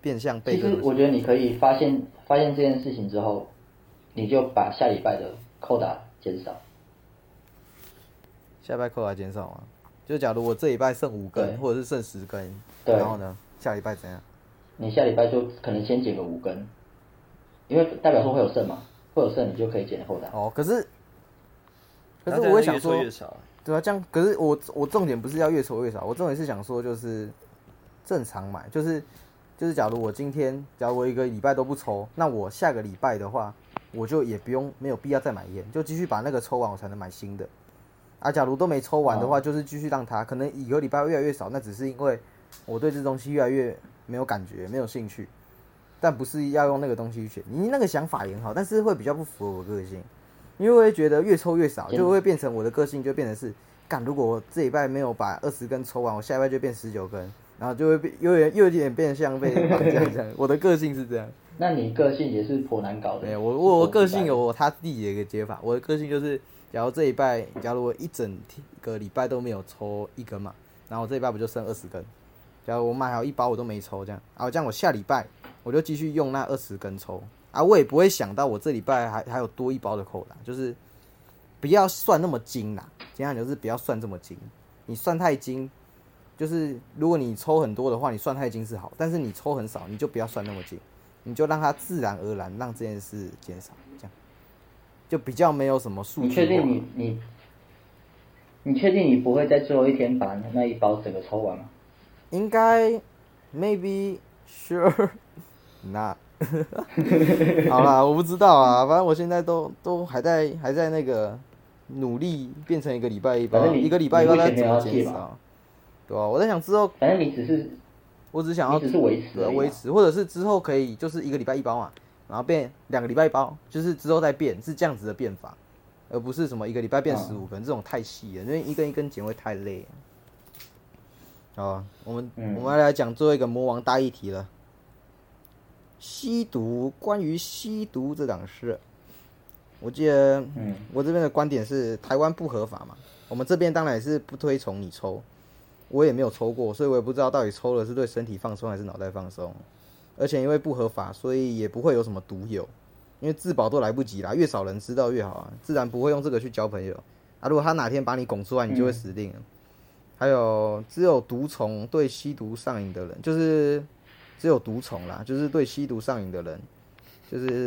S1: 变相被
S3: 其
S1: 这个
S3: 实
S1: 东
S3: 我
S1: 西。
S3: 觉得你可以发现发现这件事情之后，你就把下礼拜的扣打减少。
S1: 下礼拜扣还减少吗？就假如我这礼拜剩五根，
S3: 对
S1: 或者是剩十根，
S3: 对
S1: 然后呢，下礼拜怎样？
S3: 你下礼拜就可能先减个五根，因为代表说会有剩嘛，会有剩你就可以减扣打。
S1: 哦，可是，可是我会想说，
S2: 越少啊，
S1: 对啊，这样可是我我重点不是要越抽越少，我重点是想说就是正常买，就是就是假如我今天假如我一个礼拜都不抽，那我下个礼拜的话，我就也不用没有必要再买烟，就继续把那个抽完，我才能买新的。啊，假如都没抽完的话，就是继续让它，可能以后礼拜越来越少，那只是因为我对这东西越来越没有感觉，没有兴趣。但不是要用那个东西去选，你那个想法也很好，但是会比较不符合我个性，因为我会觉得越抽越少，就会变成我的个性就变成是，干，如果我这礼拜没有把二十根抽完，我下礼拜就变十九根，然后就会变又有又有点变得像被绑架 这样，我的个性是这样。
S3: 那你个性也是颇难搞的。
S1: 没有，我我我个性有我他自己的一个解法。我的个性就是，假如这一拜，假如我一整天一个礼拜都没有抽一根嘛，然后我这一拜不就剩二十根？假如我买好一包我都没抽，这样，啊，这样我下礼拜我就继续用那二十根抽啊，我也不会想到我这礼拜还还有多一包的扣打，就是不要算那么精啦。尽量就是不要算这么精，你算太精，就是如果你抽很多的话，你算太精是好，但是你抽很少，你就不要算那么精。你就让它自然而然让这件事减少，这样就比较没有什么数据。
S3: 你确定你你你确定你不会在最后一天把那一包整个抽完吗？
S1: 应该 maybe sure not 好啦，我不知道啊，反正我现在都都还在还在那个努力变成一个礼拜一包，
S3: 反正你
S1: 一个礼拜一包
S3: 你目
S1: 在
S3: 前
S1: 怎
S3: 没有
S1: 么
S3: 要
S1: 减
S3: 戒
S1: 少
S3: 吧？
S1: 对啊，我在想之后，
S3: 反正你只是
S1: 我只想要
S3: 你只是维持
S1: 对
S3: 而已嘛啊
S1: 维持，或者是之后可以就是一个礼拜一包嘛，然后变两个礼拜一包，就是之后再变，是这样子的变法，而不是什么一个礼拜
S3: 啊
S1: 变十五根、这种太细了，因为一根一根剪会太累。好啊，我们、
S3: 嗯
S1: 我们来讲最后一个魔王大议题了。吸毒，关于吸毒这档事，我记得，
S3: 嗯
S1: 我这边的观点是台湾不合法嘛，我们这边当然也是不推崇你抽，我也没有抽过，所以我也不知道到底抽了是对身体放松还是脑袋放松。而且因为不合法，所以也不会有什么毒友，因为自保都来不及啦，越少人知道越好啊，自然不会用这个去交朋友啊。如果他哪天把你拱出来，你就会死定了。还有只有毒虫对吸毒上瘾的人，就是只有毒虫啦，就是对吸毒上瘾的人，就是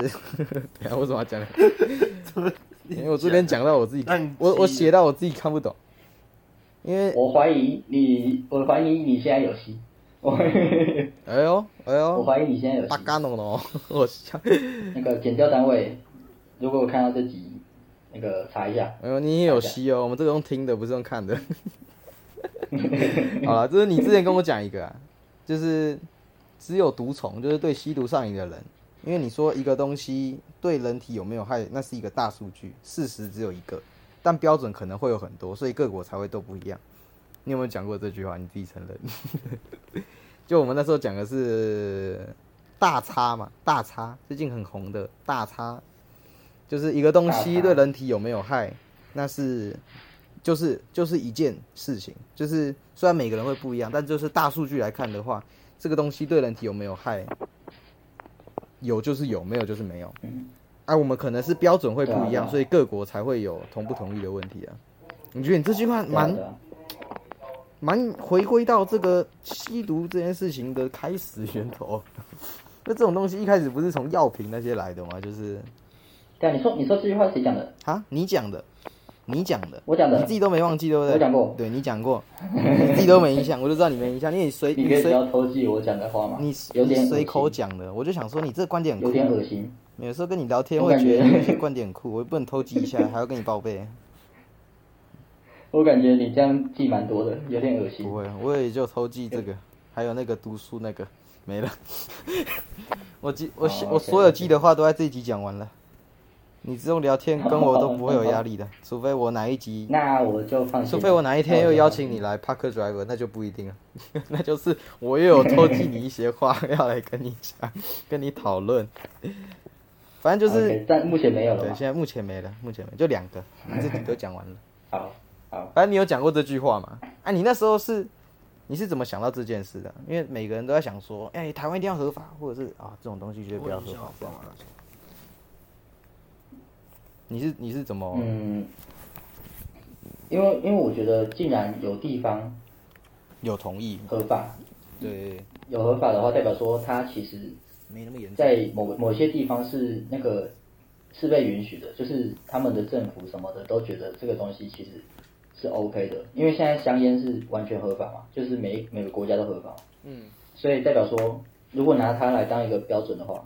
S1: 等一下为什么要讲？因为我这边讲到我自己
S4: 那你，
S1: 我我写到我自己看不懂，因为
S3: 我怀疑你，我怀疑你现在有吸，我
S1: 哎呦哎
S3: 我
S1: 呦，
S3: 怀疑你现在有
S1: 八
S3: 吸。
S1: 嘎弄哦， 我笑。
S3: 那个检调单位，如果我看到这集，那个查一下。
S1: 哎呦，你也有吸哦，我们这个用听的，不是用看 的。好了，这是你之前跟我讲一个、啊，就是只有毒虫，就是对吸毒上瘾的人，因为你说一个东西对人体有没有害，那是一个大数据，事实只有一个，但标准可能会有很多，所以各国才会都不一样。你有没有讲过这句话？你自己承认。 就我们那时候讲的是大叉嘛，大叉最近很红的大叉，就是一个东西对人体有没有害，那是就是就是一件事情，就是虽然每个人会不一样，但就是大数据来看的话，这个东西对人体有没有害，有就是有，没有就是没有。啊，我们可能是标准会不一
S3: 嗯对啊对啊
S1: 样，所以各国才会有同不同意的问题啊。你觉得你这句话
S3: 对啊
S1: 蛮
S3: 对啊
S1: 蛮回归到这个吸毒这件事情的开始源头。 那这种东西一开始不是从药品那些来的吗？就是
S3: 对啊，你说你说这句话谁讲的？
S1: 啊，你讲的，你讲的，
S3: 我讲的
S1: 你自己都没忘记，对不对？
S3: 我讲过
S1: 对你讲过，你自己都没印象，我就知道你没印象，因为你随
S3: 你可以不
S1: 随
S3: 要偷记我讲的话吗？
S1: 你
S3: 有点恶
S1: 你
S3: 心
S1: 随口，讲的，我就想说你这个观点很
S3: 有
S1: 酷。
S3: 点恶心。
S1: 有时候跟你聊天
S3: 我
S1: 会
S3: 感
S1: 觉
S3: 觉
S1: 得哎你这观点很酷，我又不能偷鸡一下，还要跟你报备。
S3: 我感觉你这样记蛮多的，有点恶心
S1: 不。会，我也就偷记这个，还有那个读书那个没了。 我记我、
S3: 哦
S1: 我
S3: OK，
S1: 所有
S3: OK
S1: 记的话都在这一集讲完了。你这种聊天跟我都不会有压力 的，除非我哪一集，
S3: 那我就放心。
S1: 除非我哪一天又邀请你来 Parker Driver，那就不一定了。 那就是我又有偷记你一些话要来跟你讲， 跟你讨论。反正
S3: 那
S1: 就
S3: 我就，
S1: 是
S3: 啊 OK，但目前没有了
S1: 对，
S3: 嘛。
S1: 现在目前没了，目前没就两 个，你这集都讲完了。
S3: 好，好，
S1: 反正你有讲过这句话嘛？啊，你那时候是你是怎么想到这件事的？因为每个人都在想说，哎、台湾一定要合法，或者是啊这种东西绝对不要合法。这样你是你是怎么？
S3: 嗯，因为因为我觉得，既然有地方
S1: 有同意？
S3: 合法，
S1: 对，
S3: 有合法的话，代表说它其实
S1: 没那么严重。
S3: 在某某些地方是那个是被允许的，就是他们的政府什么的都觉得这个东西其实是 OK 的，因为现在香烟是完全合法嘛，就是每每个国家都合法，嗯，所以代表说，如果拿它来当一个标准的话，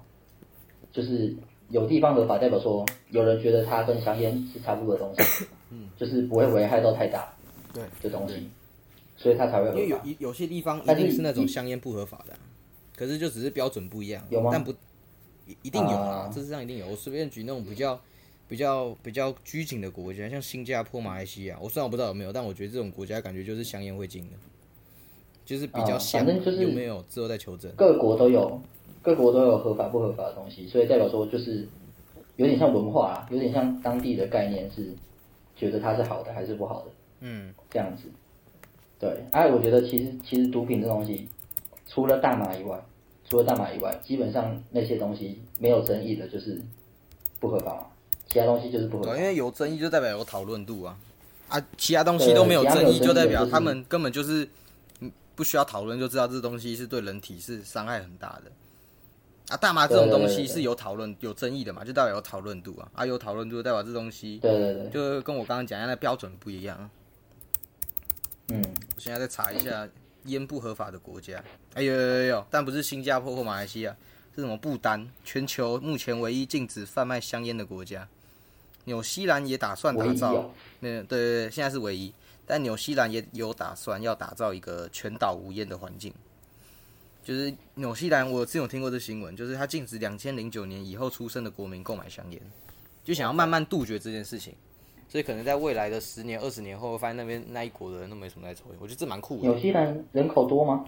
S3: 就是有地方合法，代表说有人觉得它跟香烟是差不多的东西，嗯，就是不会危害到太大
S1: 对
S3: 的东西，所以它才会合
S1: 因为有
S3: 法。
S1: 一有些地方一
S3: 但是
S1: 定是那种
S3: 一
S1: 香烟不合法的啊、可是就只是标准不一样，
S3: 有吗
S1: 但不一一定有啦，
S3: 啊
S1: 这世上一定有。我随便举那种比较比较比较拘谨的国家，像新加坡、马来西亚，我虽然我不知道有没有，但我觉得这种国家感觉就是香烟会禁的，就是比较
S3: 啊
S1: 香，
S3: 反正就是
S1: 有没有之后再求证。
S3: 各国都有，各国都有合法不合法的东西，所以代表说就是有点像文化啊，有点像当地的概念是觉得它是好的还是不好的
S1: 嗯，
S3: 这样子。对，哎、我觉得其实其实毒品这东西，除了大麻以外，除了大麻以外，基本上那些东西没有争议的，就是不合法嘛，其他东西就是不合
S1: 对
S3: 法
S1: 啊，因。为有争议就代表有讨论度啊，啊，其他东西
S3: 对
S1: 都没有
S3: 其他没有
S1: 争议，
S3: 争议
S1: 就代表
S3: 就是
S1: 他们根本就是嗯不需要讨论就知道这东西是对人体是伤害很大的。啊，大麻这种
S3: 对对
S1: 东
S3: 对
S1: 西
S3: 对
S1: 是有讨论、有争议的嘛，就代表有讨论度啊，啊，有讨论度就代表这东西
S3: 对对对，
S1: 就跟我刚刚讲一样的标准不一样。啊
S3: 嗯，
S1: 我现在再查一下烟不合法的国家，哎、有有有有，但不是新加坡或马来西亚，是什么不丹，全球目前唯一禁止贩卖香烟的国家。纽西兰也打算打
S3: 唯一
S1: 造
S3: 哦，
S1: 嗯，对对对，现在是唯一，但纽西兰也有打算要打造一个全岛无烟的环境。就是纽西兰，我之前有听过这新闻，就是它禁止两千零九年以后出生的国民购买香烟，就想要慢慢杜绝这件事情，所以可能在未来的十年、二十年后，会发现那边那一国的人都没什么在抽烟，我觉得这蛮酷
S3: 纽
S1: 的。
S3: 西兰人口多吗？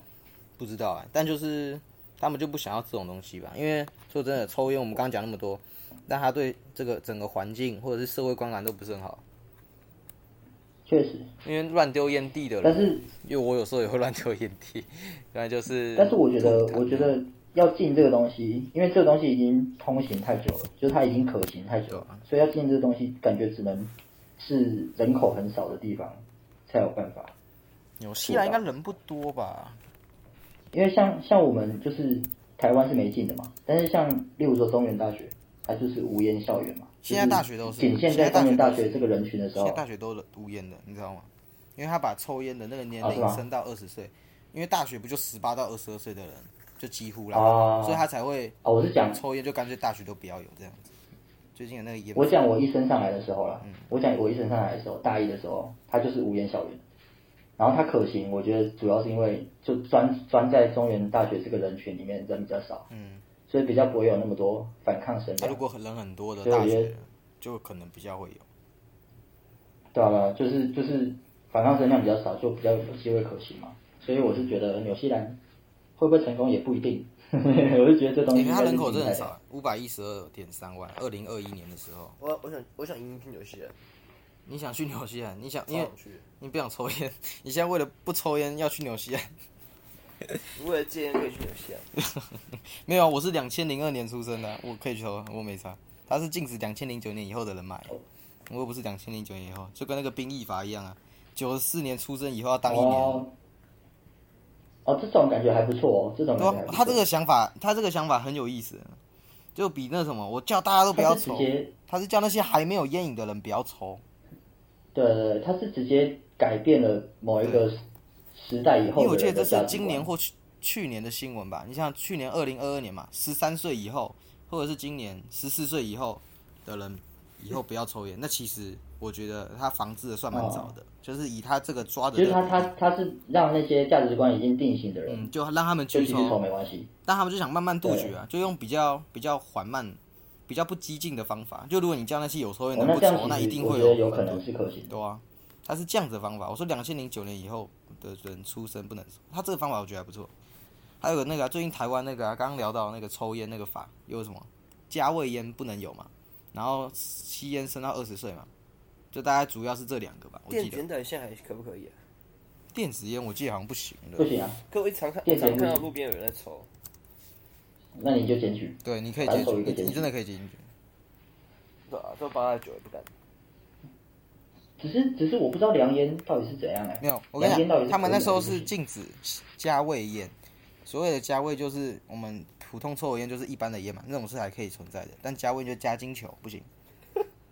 S1: 不知道啊，但就是他们就不想要这种东西吧，因为说真的，抽烟我们刚刚讲那么多，但它对这个整个环境或者是社会观感都不是很好，
S3: 确实，
S1: 因为乱丢烟蒂的
S3: 但
S1: 人，
S3: 是
S1: 因为我有时候也会乱丢烟蒂， 然后就是，
S3: 但是我觉得，我觉得要禁这个东西，因为这个东西已经通行太久了，就是它已经可行太久了，
S1: 啊
S3: 所以要禁这个东西，感觉只能是人口很少的地方才有办法。
S1: 纽西兰应该人不多吧，
S3: 因为像像我们就是台湾是没禁的嘛，但是像例如说中原大学，它就是无烟校园嘛。
S1: 现在大学都是
S3: 仅限在中原大学这个人群的时
S1: 现
S3: 候
S1: 在，大学都无烟的，你知道吗？因为他把抽烟的那个年
S3: 啊是
S1: 龄
S3: 吗
S1: 升到二十岁，因为大学不就十八到二十二岁的人就几乎啦，
S3: 哦
S1: 所以他才会
S3: 哦，我是讲
S1: 抽烟就干脆大学都不要有这样子。最近有那个烟，
S3: 我讲我一升上来的时候啦，
S1: 嗯
S3: 我讲我一升上来的时候，大一的时候，它就是无烟校园，然后它可行，我觉得主要是因为就专专在中原大学这个人群里面人比较少，
S1: 嗯，
S3: 所以比较不会有那么多反抗声
S1: 他
S3: 量
S1: 如，果很人很多的
S3: 对
S1: 大
S3: 我觉得
S1: 学，就可能比较会有。
S3: 对吧、就是就是反抗声量比较少，就比较有机会可行嘛。所以我是觉得纽西兰会不会成功也不一定， 我是觉得这东
S1: 因为欸
S3: 西应
S1: 他
S3: 该是
S1: 人口真的很
S3: 静态的
S1: 少，五百一十二点三万，二零二一年的时候，
S2: 我我想我想移民去纽西兰，
S1: 你想去纽西兰，你想
S2: 啊超
S1: 因
S3: 哦
S1: 为
S2: 想去，
S1: 你不想抽烟，你现在为了不抽烟要去纽西兰，
S2: 为了戒烟可以去啊纽西兰。
S1: 没有，我是两千零二年出生的，啊我可以抽，我没差。他是禁止两千零九年以后的人买，我又不是两千零九年以后，就跟那个兵役法一样啊，九十四年出生以后要当一年。
S3: 哦哦，这种感觉还不错哦，这种
S1: 对
S3: 感
S1: 啊
S3: 觉还不错。
S1: 他这个想法，他这个想法很有意思，啊就比那什么，我叫大家都不要
S3: 他是直
S1: 抽，
S3: 接
S1: 他是叫那些还没有烟瘾的人不要抽，
S3: 对对，对，它是直接改变了某一个时代以
S1: 因
S3: 后
S1: 为我
S3: 的
S1: 记得
S3: 人
S1: 这
S3: 的价值
S1: 是今
S3: 观。
S1: 年或去去年的新闻吧。你像去年二零二二年嘛，十三岁以后，或者是今年十四岁以后的人，以后不要抽烟。那其实我觉得他防治的算蛮早的，就是以他这个抓的
S3: 其
S1: 这
S3: 实
S1: 个
S3: 他
S1: 比例，
S3: 他他哦是让那些价值观已经定型的人，
S1: 嗯，就让他们
S3: 就
S1: 去
S3: 继续
S1: 抽
S3: 抽，没关系。
S1: 但他们就想慢慢杜绝啊，就用比较比较缓慢、比较不激进的方法。就如果你叫那些有抽烟
S3: 哦
S1: 的，人
S3: 那
S1: 不
S3: 这
S1: 抽，
S3: 样
S1: 那一
S3: 其实
S1: 定
S3: 我
S1: 会
S3: 觉得
S1: 有
S3: 有可
S1: 很多
S3: 能是可行的。
S1: 对啊，他是这样子的方法。我说两千零九年以后的人出生不能抽，他这个方法我觉得还不错。还有那个啊、最近台湾那个啊，刚刚聊到那个抽烟那个法，又有什么加味烟不能有嘛，然后吸烟升到二十岁嘛，就大概主要是这两个吧。我
S2: 电
S1: 记
S2: 子
S1: 得
S2: 烟到底现在还可不可以啊？
S1: 电子烟我记得好像不行的
S3: 不。行啊，
S2: 可我一直常看，我
S3: 电子
S2: 常
S3: 烟
S2: 看到路边有人在抽，
S3: 那你就检举。
S1: 对，你可以
S3: 反
S1: 解
S3: 正
S1: 决，
S3: 手一个
S1: 你
S3: 检
S1: 你
S3: 举
S1: 真的可以解决。
S2: 对啊，都八九也不敢。
S3: 只是只是我不知道良烟到底是怎样哎、
S1: 没有，我跟
S3: 良
S1: 你
S3: 烟到底
S1: 讲，
S3: 是
S1: 他们那时候
S3: 可以
S1: 是
S3: 还不
S1: 禁
S3: 行
S1: 止加味烟。所谓的加味就是我们普通抽油烟，就是一般的烟嘛，那种是还可以存在的。但加味就加金球 不行，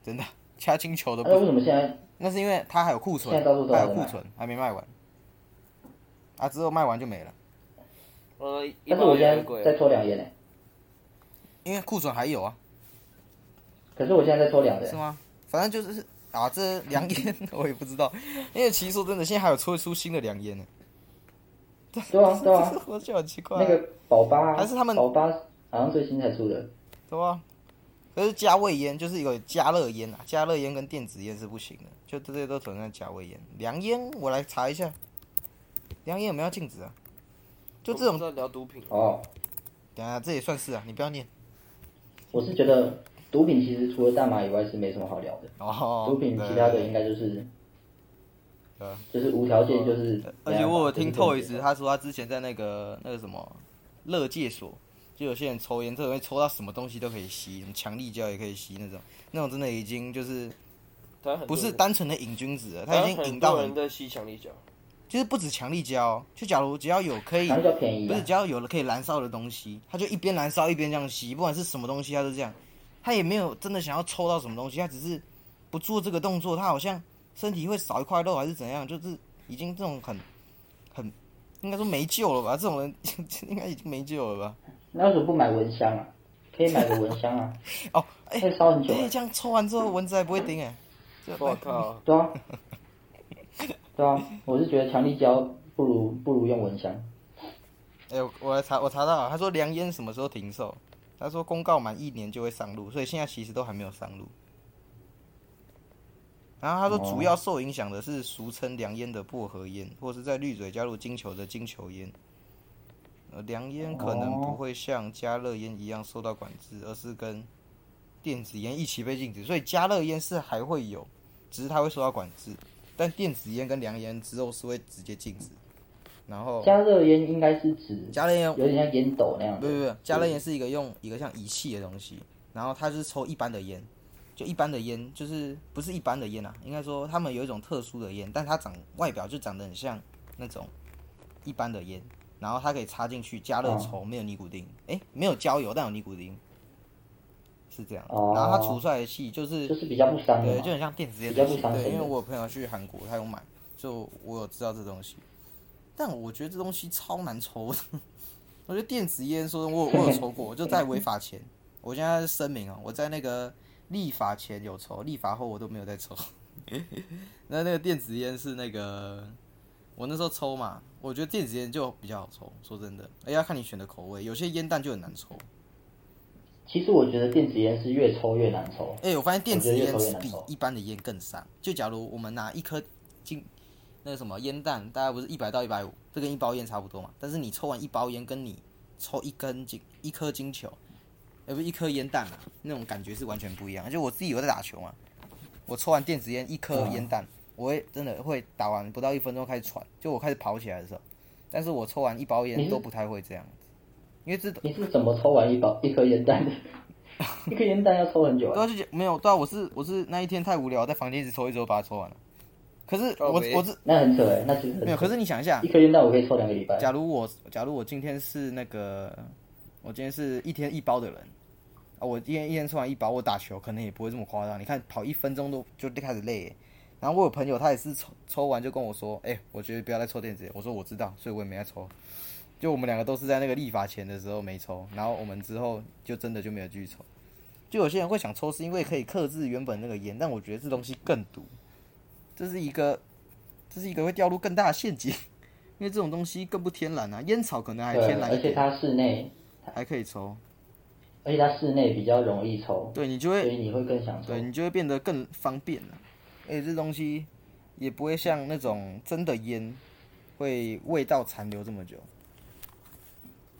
S1: 真的加金球的
S3: 啊
S1: 不
S3: 那为
S1: 行。
S3: 什么现在
S1: 那是因为它还有库存
S3: 现在到处，都
S1: 还
S3: 还
S1: 有
S3: 在
S1: 库
S3: 卖
S1: 存还没卖完，啊，之后卖完就没了，
S2: 呃，一
S3: 但是我
S2: 包
S3: 现
S2: 烟很
S3: 在
S2: 贵啊
S3: 在抽良烟哎、
S1: 因为库存还有啊。
S3: 可是我现在在抽两
S1: 是
S3: 人，
S1: 吗？反正就是啊，这凉烟 我也不知道，因为其实说真的，现在还有出出新的凉烟呢。
S3: 对啊 对啊
S1: 这，我就很奇怪啊、
S3: 那个宝八
S1: 还是他们
S3: 宝八好像最新才出的，
S1: 对啊。可是加味烟就是一个加热烟啊，加热烟跟电子烟是不行的，就这些都存在加味烟。凉烟我来查一下，凉烟有没有禁止啊？就这
S2: 我
S1: 种
S2: 们，在聊毒品，啊
S3: 哦，
S1: 等一下这也算是啊，你不要念
S3: 我是觉得毒品其实除了大麻以外是没什么好聊的，
S1: 哦。
S3: 毒品
S1: 对
S3: 其他的
S1: 对
S3: 应该就是
S1: 对啊呃
S3: 就是无条件就是没办法，
S1: 而且我有听
S3: 透
S1: Toys 他说他之前在那个那个什么乐界所，就有些人抽烟，这容易抽到什么东西都可以吸，什么强力胶也可以吸那种，那种真的已经就是
S2: 台湾很多
S1: 不是
S2: 人
S1: 单纯的瘾君子了，他
S2: 台
S1: 已
S2: 湾
S1: 经瘾
S2: 很
S1: 到
S2: 多人
S1: 很，
S2: 在吸强力胶，
S1: 就是不止强力胶，就假如只要有可以
S3: 反正就便宜
S1: 不
S3: 啊
S1: 是，只要有了可以燃烧的东西，他就一边燃烧一边这样吸，不管是什么东西，他都这样。他也没有真的想要抽到什么东西，他只是不做这个动作，他好像身体会少一块肉还是怎样，就是已经这种很 很应该说没救了吧？这种人 应该已经没救了吧？
S3: 那为什么不买蚊香啊？可以买个蚊香啊，
S1: 哦，哎、
S3: 可以烧很久
S1: 哎、
S3: 欸、
S1: 这样抽完之后蚊子还不会叮哎、这
S2: 我靠，
S3: 对啊，对啊，我是觉得强力胶不如不如用蚊香。
S1: 哎、我我来查，我查到了，他说凉烟什么时候停售？他说公告满一年就会上路，所以现在其实都还没有上路。然后他说，
S3: 哦
S1: 主要受影响的是俗称凉烟的薄荷烟，或是在滤嘴加入金球的金球烟。呃，凉烟可能不会像加热烟一样受到管制，而是跟电子烟一起被禁止，所以加热烟是还会有，只是它会受到管制。但电子烟跟凉烟之后是会直接禁止。然后
S3: 加热烟应该是指
S1: 加热烟
S3: 有点像烟斗那样
S1: 不
S3: 的，
S1: 不不，加热烟是一个用一个像仪器的东西，然后它是抽一般的烟，就一般的烟，就是不是一般的烟啊，应该说他们有一种特殊的烟，但它长外表就长得很像那种一般的烟，然后它可以插进去加热抽，没有尼古丁，诶，没有焦油，但有尼古丁，是这样。
S3: 哦
S1: 然后它除出来的气就是
S3: 就是比较不伤的
S1: 对，
S3: 嘛
S1: 就。很像电子烟
S3: 比较
S1: 的
S3: 不
S1: 东西。
S3: 伤身
S1: 对，因为
S3: 的
S1: 我有朋友去韩国，他有买，就我有知道这东西。但我觉得这东西超难抽的。我觉得电子烟，说我有我有抽过，我就在违法前，我现在声明哦，我在那个立法前有抽，立法后我都没有再抽。 那那个电子烟是那个我那时候抽嘛，我觉得电子烟就比较好抽，说真的，而且要看你选的口味，有些烟弹就很难抽。
S3: 其实我觉得电子烟是越抽越难抽，
S1: 哎、我发现电子
S3: 哦我觉
S1: 烟
S3: 得越抽越
S1: 是
S3: 难
S1: 比
S3: 抽
S1: 一般的烟更伤。就假如我们拿一颗金那个什么烟弹，大概不是一百到一百五，这跟一包烟差不多嘛。但是你抽完一包烟，跟你抽一根金一颗金球，呃，不是一颗烟弹啊，那种感觉是完全不一样。而且我自己有在打球嘛，我抽完电子烟一颗烟弹，我会真的会打完不到一分钟开始喘，就我开始跑起来的时候。但是我抽完一包
S3: 你
S1: 烟
S3: 是
S1: 都不太会这样子，因为这
S3: 你是怎么抽完一包一颗烟弹的？ 一颗烟弹要抽很久
S1: 对
S3: 啊
S1: 啊，！就觉没有，对啊，我是我是那一天太无聊，在房间一直抽，一直抽把它抽完了。可是
S2: 靠
S1: 啊我
S2: 北
S1: 我是
S3: 那很扯哎，那其实很扯
S1: 没有，可是你想一下
S3: 一，颗烟弹我可以抽两个礼拜。
S1: 假如我假如我今天是那个，我今天是一天一包的人啊，我今天一天抽完一包，我打球可能也不会这么夸张。你看跑一分钟都就开始累耶，然后我有朋友他也是抽抽完就跟我说，哎、我觉得不要再抽电子烟。我说我知道，所以我也没在抽。就我们两个都是在那个立法前的时候没抽，然后我们之后就真的就没有继续抽。就有些人会想抽，是因为可以克制原本那个烟，但我觉得这东西更毒，这是一个， 这是一个会掉入更大的陷阱，因为这种东西更不天然啊，烟草可能还
S3: 对
S1: 天，然
S3: 而
S1: 一
S3: 且
S1: 点，
S3: 它室内，
S1: 还可以抽，
S3: 而且它室内比较容易抽，
S1: 对你就
S3: 所
S1: 会
S3: 以你会更想抽
S1: 对。你就会变得更方便了。而且这东西也不会像那种真的烟会味道残留这么久，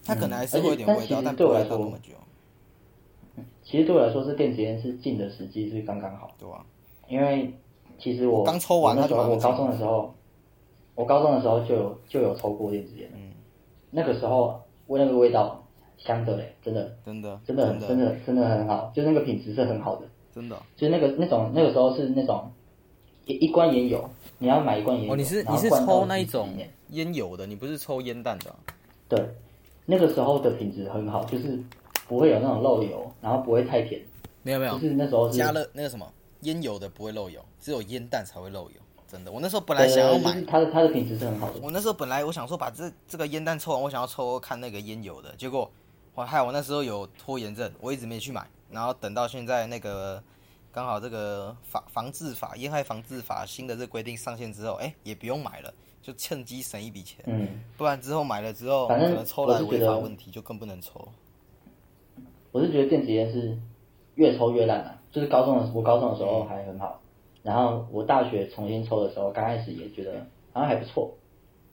S1: 它可能还是会有点
S3: 嗯而且
S1: 味道，
S3: 但其实
S1: 但
S3: 对
S1: 不
S3: 我
S1: 会
S3: 来
S1: 到那
S3: 说
S1: 么久，
S3: 其实对我来说，是电子烟是进的时机是刚刚好，
S1: 对吧、
S3: 因为其实我
S1: 刚抽完
S3: 我那时
S1: 它
S3: 候
S1: 就马
S3: 我
S1: 上
S3: 高中的时候，我高中的时候就有就有抽过电子烟，嗯，那个时候闻那个味道香的嘞，真的
S1: 真的，
S3: 真的
S1: 真
S3: 很真
S1: 的，
S3: 的真的很好，就那个品质是很好的，
S1: 真的。
S3: 就是那个那种那个时候是那种一一罐烟油，你要买一罐烟油，
S1: 哦，你是
S3: 然
S1: 你
S3: 后
S1: 是
S3: 灌到
S1: 抽那
S3: 自
S1: 一
S3: 己里
S1: 种
S3: 面
S1: 烟油的，你不是抽烟弹的啊、
S3: 对，那个时候的品质很好，就是不会有那种漏油，然后不会太甜，
S1: 没有没有
S3: 就，是那时候是
S1: 啊加热那个什么烟油的不会漏油，只有烟弹才会漏油。真的，我那时候本来
S3: 对
S1: 想要
S3: 对对，
S1: 买
S3: 就是，它的它的品质是很好的。
S1: 我那时候本来我想说把这这个烟弹抽完，我想要抽看那个烟油的，结果我害我那时候有拖延症，我一直没去买，然后等到现在那个刚好这个防防治法、烟害防治法新的这规定上线之后，哎、也不用买了，就趁机省一笔钱。
S3: 嗯，
S1: 不然之后买了之后，可
S3: 反正
S1: 能抽来
S3: 我是觉
S1: 违
S3: 得
S1: 法问题就更不能抽。
S3: 我是觉得电子烟是越抽越烂啊，就是高中的我高中的时
S1: 嗯
S3: 候还很好，然后我大学重新抽的时候，刚开始也觉得好像还不错。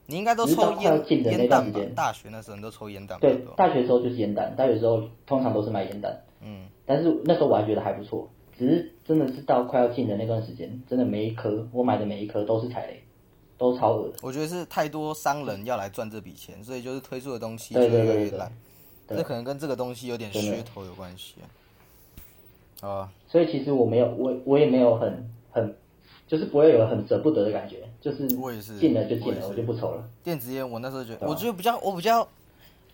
S1: 你应该都
S3: 直到
S1: 抽
S3: 快要
S1: 烟
S3: 进的那
S1: 烟弹
S3: 段
S1: 吧
S3: 时？间
S1: 大学那时候你都抽烟弹吧，
S3: 对
S1: 吧，
S3: 大学的时候就是烟弹，大学的时候通常都是买烟弹，
S1: 嗯，
S3: 但是那时候我还觉得还不错，只是真的是到快要进的那段时间，真的每一颗我买的每一颗都是踩雷，都超恶的。
S1: 我觉得是太多商人要来赚这笔钱，所以就是推出的东西就
S3: 对
S1: 越
S3: 对
S1: 来
S3: 对
S1: 越
S3: 对
S1: 烂。
S3: 对
S1: 这可能跟这个东西有点
S3: 真的
S1: 噱头有关系啊。好啊，
S3: 所以其实我没有，我我也没有很很，就是不会有很舍不得的感觉，就是
S1: 我也是
S3: 进了就
S1: 我
S3: 进
S1: 也是
S3: 了，我就不抽了。
S1: 电子烟我那时候觉得，
S3: 对啊
S1: 我觉得比较我比较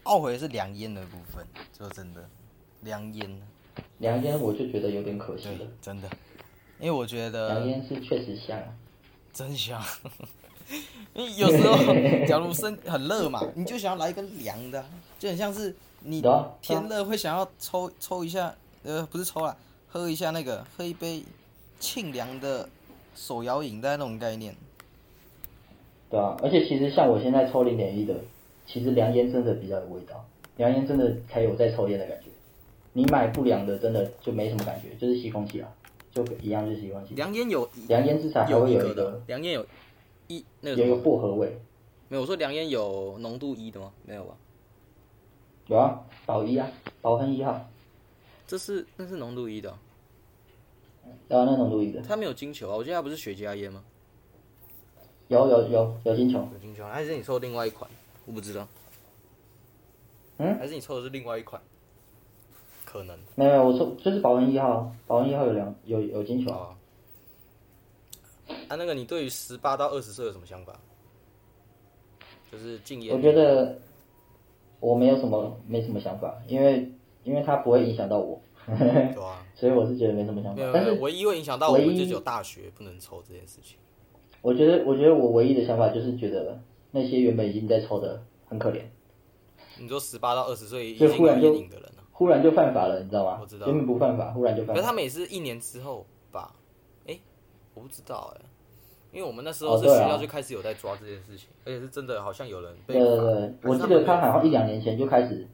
S1: 懊悔的是凉烟的部分，说真的，凉烟，
S3: 凉烟我就觉得有点可惜
S1: 对
S3: 了，，
S1: 真的，因为我觉
S3: 凉
S1: 得
S3: 烟是确实香啊，
S1: 真香。 因为有时 候，假如身很热嘛，你就想要来一根凉的啊、就很像是你
S3: 对啊对啊
S1: 天热会想要抽抽一下，呃，不是抽啦，喝一下那个，喝一杯沁凉的手摇饮，大概那种概念。
S3: 对啊，而且其实像我现在抽零点一的，其实凉烟真的比较有味道，凉烟真的才有在抽烟的感觉。你买不良的真的就没什么感觉，就是吸空气啊，就一样是吸空气。
S1: 凉烟有
S3: 凉烟至少还
S1: 有
S3: 会
S1: 一
S3: 有
S1: 个
S3: 一
S1: 的
S3: 个，
S1: 凉烟有一那个
S3: 有
S1: 什
S3: 一个
S1: 么？
S3: 薄荷味，
S1: 没有，我说凉烟有浓度一的吗？没有吧？
S3: 有啊，宝一啊，宝亨一号，
S1: 这是那是浓度一的哦、
S3: 然啊后那种路易的，
S1: 它没有金球啊，我记得它不是雪茄烟吗？
S3: 有有有有金球，
S1: 有金球，还是你抽另外一款？我不知道，
S3: 嗯，
S1: 还是你抽的是另外一款？可能
S3: 没有没有，我抽就是宝亨一号，宝亨一号有两有有金球啊，
S1: 哦。啊，那个你对于十八到二十岁有什么想法？就是禁烟，
S3: 我觉得我没有什么没什么想法，因为因为它不会影响到我，
S1: 对啊，
S3: 所以我是觉得没什么想
S1: 没
S3: 法
S1: 有，。
S3: 但
S1: 没有
S3: 是
S1: 唯一会影响到我
S3: 唯
S1: 就
S3: 一
S1: 只有大学不能抽这件事情。
S3: 我觉得我觉得我唯一的想法就是觉得那些原本已经在抽的很可怜，
S1: 你说十八到二十岁已经
S3: 所以忽
S1: 有
S3: 然就
S1: 烟瘾的人了，
S3: 忽然就犯法了，你知道吗？
S1: 我知道
S3: 原本不犯法，忽然就
S1: 可
S3: 犯
S1: 是
S3: 法
S1: 他。们也是一年之后吧？哎、我不知道哎、因为我们那时候
S3: 哦
S1: 是
S3: 对
S1: 学
S3: 啊
S1: 校就开始有在抓这件事情，而且是真的好像有人被
S3: 对对
S1: 罚
S3: 对，
S1: 还
S3: 我
S1: 是
S3: 记
S1: 们
S3: 得他好像一两年前就开始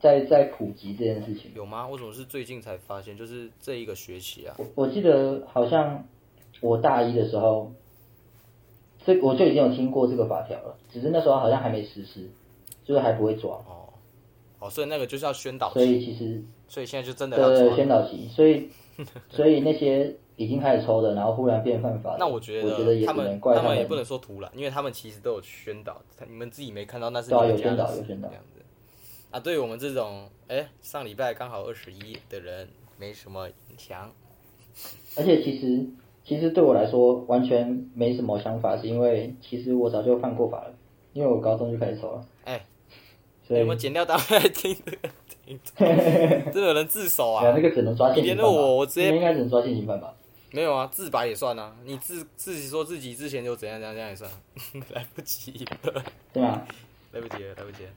S3: 在在普及这件事情。
S1: 有吗？为什么是最近才发现？就是这一个学期啊，
S3: 我我记得好像我大一的时候，这我就已经有听过这个法条了，只是那时候好像还没实施，就是还不会抓，
S1: 哦，哦，所以那个就是要宣导
S3: 所以
S1: 期，
S3: 其实
S1: 所以现在就真的
S3: 对
S1: 要
S3: 对
S1: 抓
S3: 对宣导期，所以所以那些已经开始抽的，然后忽然变犯法的，
S1: 那
S3: 我
S1: 我觉
S3: 我觉得也
S1: 他
S3: 只
S1: 们
S3: 能怪
S1: 们也
S3: 们
S1: 不能说突然，因为他们其实都有宣导，他你们自己没看到，那是
S3: 对啊
S1: 你们
S3: 有
S1: 家
S3: 宣
S1: 的
S3: 导
S1: 事
S3: 有宣导
S1: 这样子。啊，对于我们这种哎、上礼拜刚好二十一的人，没什么影响。
S3: 而且其实其实对我来说完全没什么想法，是因为其实我早就犯过法了，因为我高中就开始抽了，
S1: 哎、
S3: 所以
S1: 我们剪掉大家来听的，听 真的有人自首
S3: 对啊
S1: 啊？
S3: 那个只能抓现行
S1: 你联
S3: 犯
S1: 络
S3: 吧，
S1: 我我直接
S3: 那应该只能抓现行犯吧。
S1: 没有啊，自白也算啊。你自自己说自己之前有怎样怎样怎样也算、啊， 来不及了，
S3: 对吗？
S1: 来不及了，来不及了，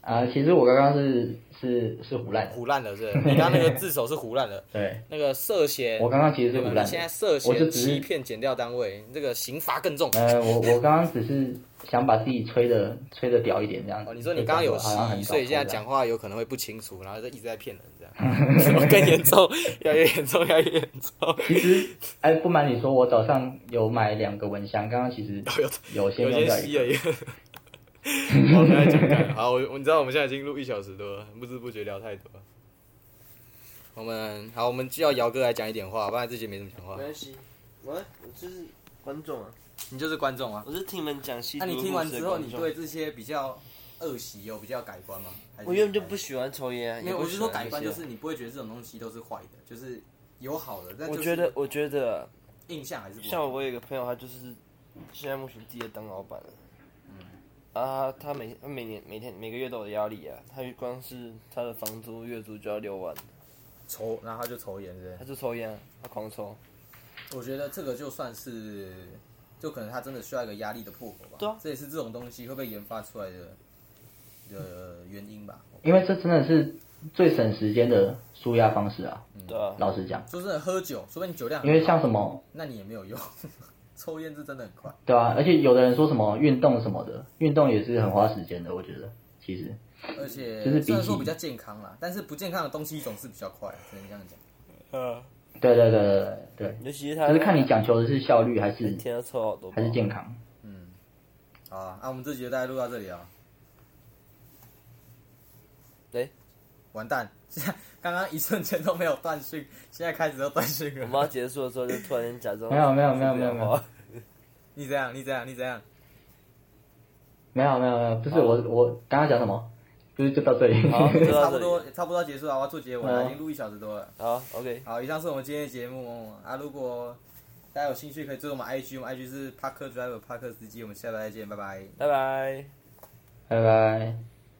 S3: 啊、其实我刚刚是是是胡乱的，
S1: 胡乱了是不是？你刚刚那个自首是胡乱的，
S3: 对，
S1: 那个涉嫌，
S3: 我刚刚其实是
S1: 对吧
S3: 胡乱
S1: 你现在
S3: 的。
S1: 涉
S3: 我就
S1: 嫌
S3: 只是
S1: 欺骗减掉单位，你这个刑罚更重。
S3: 呃，我我刚刚只是想把自己吹的吹的屌一点这样子。
S1: 哦，你说你刚刚有
S3: 就讲得好像很
S1: 吸，
S3: 搞
S1: 所以现在
S3: 笑
S1: 讲话有可能会不清楚，然后就一直在骗人这 样，什么更严重，越来越严重，越来越严重。
S3: 这样。其实，哎，不瞒你说，我早上有买两个蚊香，刚刚其实有先
S1: 有
S3: 用
S1: 些
S3: 掉一
S1: 吸
S3: 个。
S1: 而已。我们在讲 干好，我我你知道我们现在已经录一小时多了，不知不觉聊太多了。我们好，我们就要姚哥来讲一点话，不然这节没怎么讲话
S2: 没。关系，我我就是观众啊，
S1: 你就是观众啊。
S2: 我是听你们讲吸毒
S1: 那、
S2: 故事
S1: 你
S2: 的
S1: 听完之后，
S2: 观
S1: 你
S2: 众
S1: 对这些比较恶习有比较改观吗？还是
S2: 我原本就不喜欢抽烟啊，
S1: 没有，
S2: 也
S1: 我
S2: 不
S1: 是
S2: 喜
S1: 说
S2: 欢
S1: 改观
S2: 这
S1: 就
S2: 些
S1: 是你不会觉得这种东西都是坏的，就是有好的，但
S2: 我
S1: 就是
S2: 觉得，我觉得啊
S1: 印象还是不
S2: 像
S1: 好。
S2: 我有一个朋友，他就是现在目前第一当老板了。
S3: 嗯
S2: 啊，他每他每年每天每个月都有压力啊，他光是他的房租月租就要六万，
S1: 抽，然后他就抽烟，对不对
S2: 他就抽烟啊，他狂抽。
S1: 我觉得这个就算是，就可能他真的需要一个压力的破口吧。
S2: 对啊
S1: 这也是这种东西会被研发出来的的原因吧。
S3: 因为这真的是最省时间的舒压方式啊。
S2: 对啊，
S3: 老实讲，
S1: 说真的，喝酒，除非你酒量很
S3: 因
S1: 好，
S3: 为像什么，
S1: 那你也没有用。 抽烟是真的很快，
S3: 对啊，而且有的人说什么运动什么的，运动也是很花时间的，我觉得其实
S1: 而且
S3: 就是比起
S1: 虽然说比较健康啦，但是不健康的东西总是比较快，只能这样讲。
S2: 嗯，
S3: 对对对对对
S2: 尤其是
S3: 对，
S2: 他
S3: 就是看你讲求的是效率还
S2: 一
S3: 是
S2: 天要抽好多包
S3: 还是健康。
S1: 嗯好啊，那、我们这集就大概录到这里啊。
S2: 哎
S1: 完蛋！ 现在刚刚一瞬间都没有断讯，现在开始都断讯
S2: 我
S1: 了。
S2: 们要结束的时候就突然间假装
S3: 没有没有没有没有
S2: 不讲话
S1: 你怎样？你怎样？你怎样？
S3: 没有没有没有，就是我我刚刚讲什么，就是就到这里。
S2: 好 就到
S1: 差
S2: 这
S1: 不
S2: 里
S1: 多，差不多要结束了，我要做结尾
S3: 嗯
S1: 了，已经录一小时多了。
S2: 好，OK，
S1: 好，以上是我们今天的节目、哦、啊。如果大家有兴趣，可以追踪我们 IG，我们 IG 是帕克 driver 帕克司机。我们下拜再见，拜拜。
S2: 拜拜。
S3: 拜拜。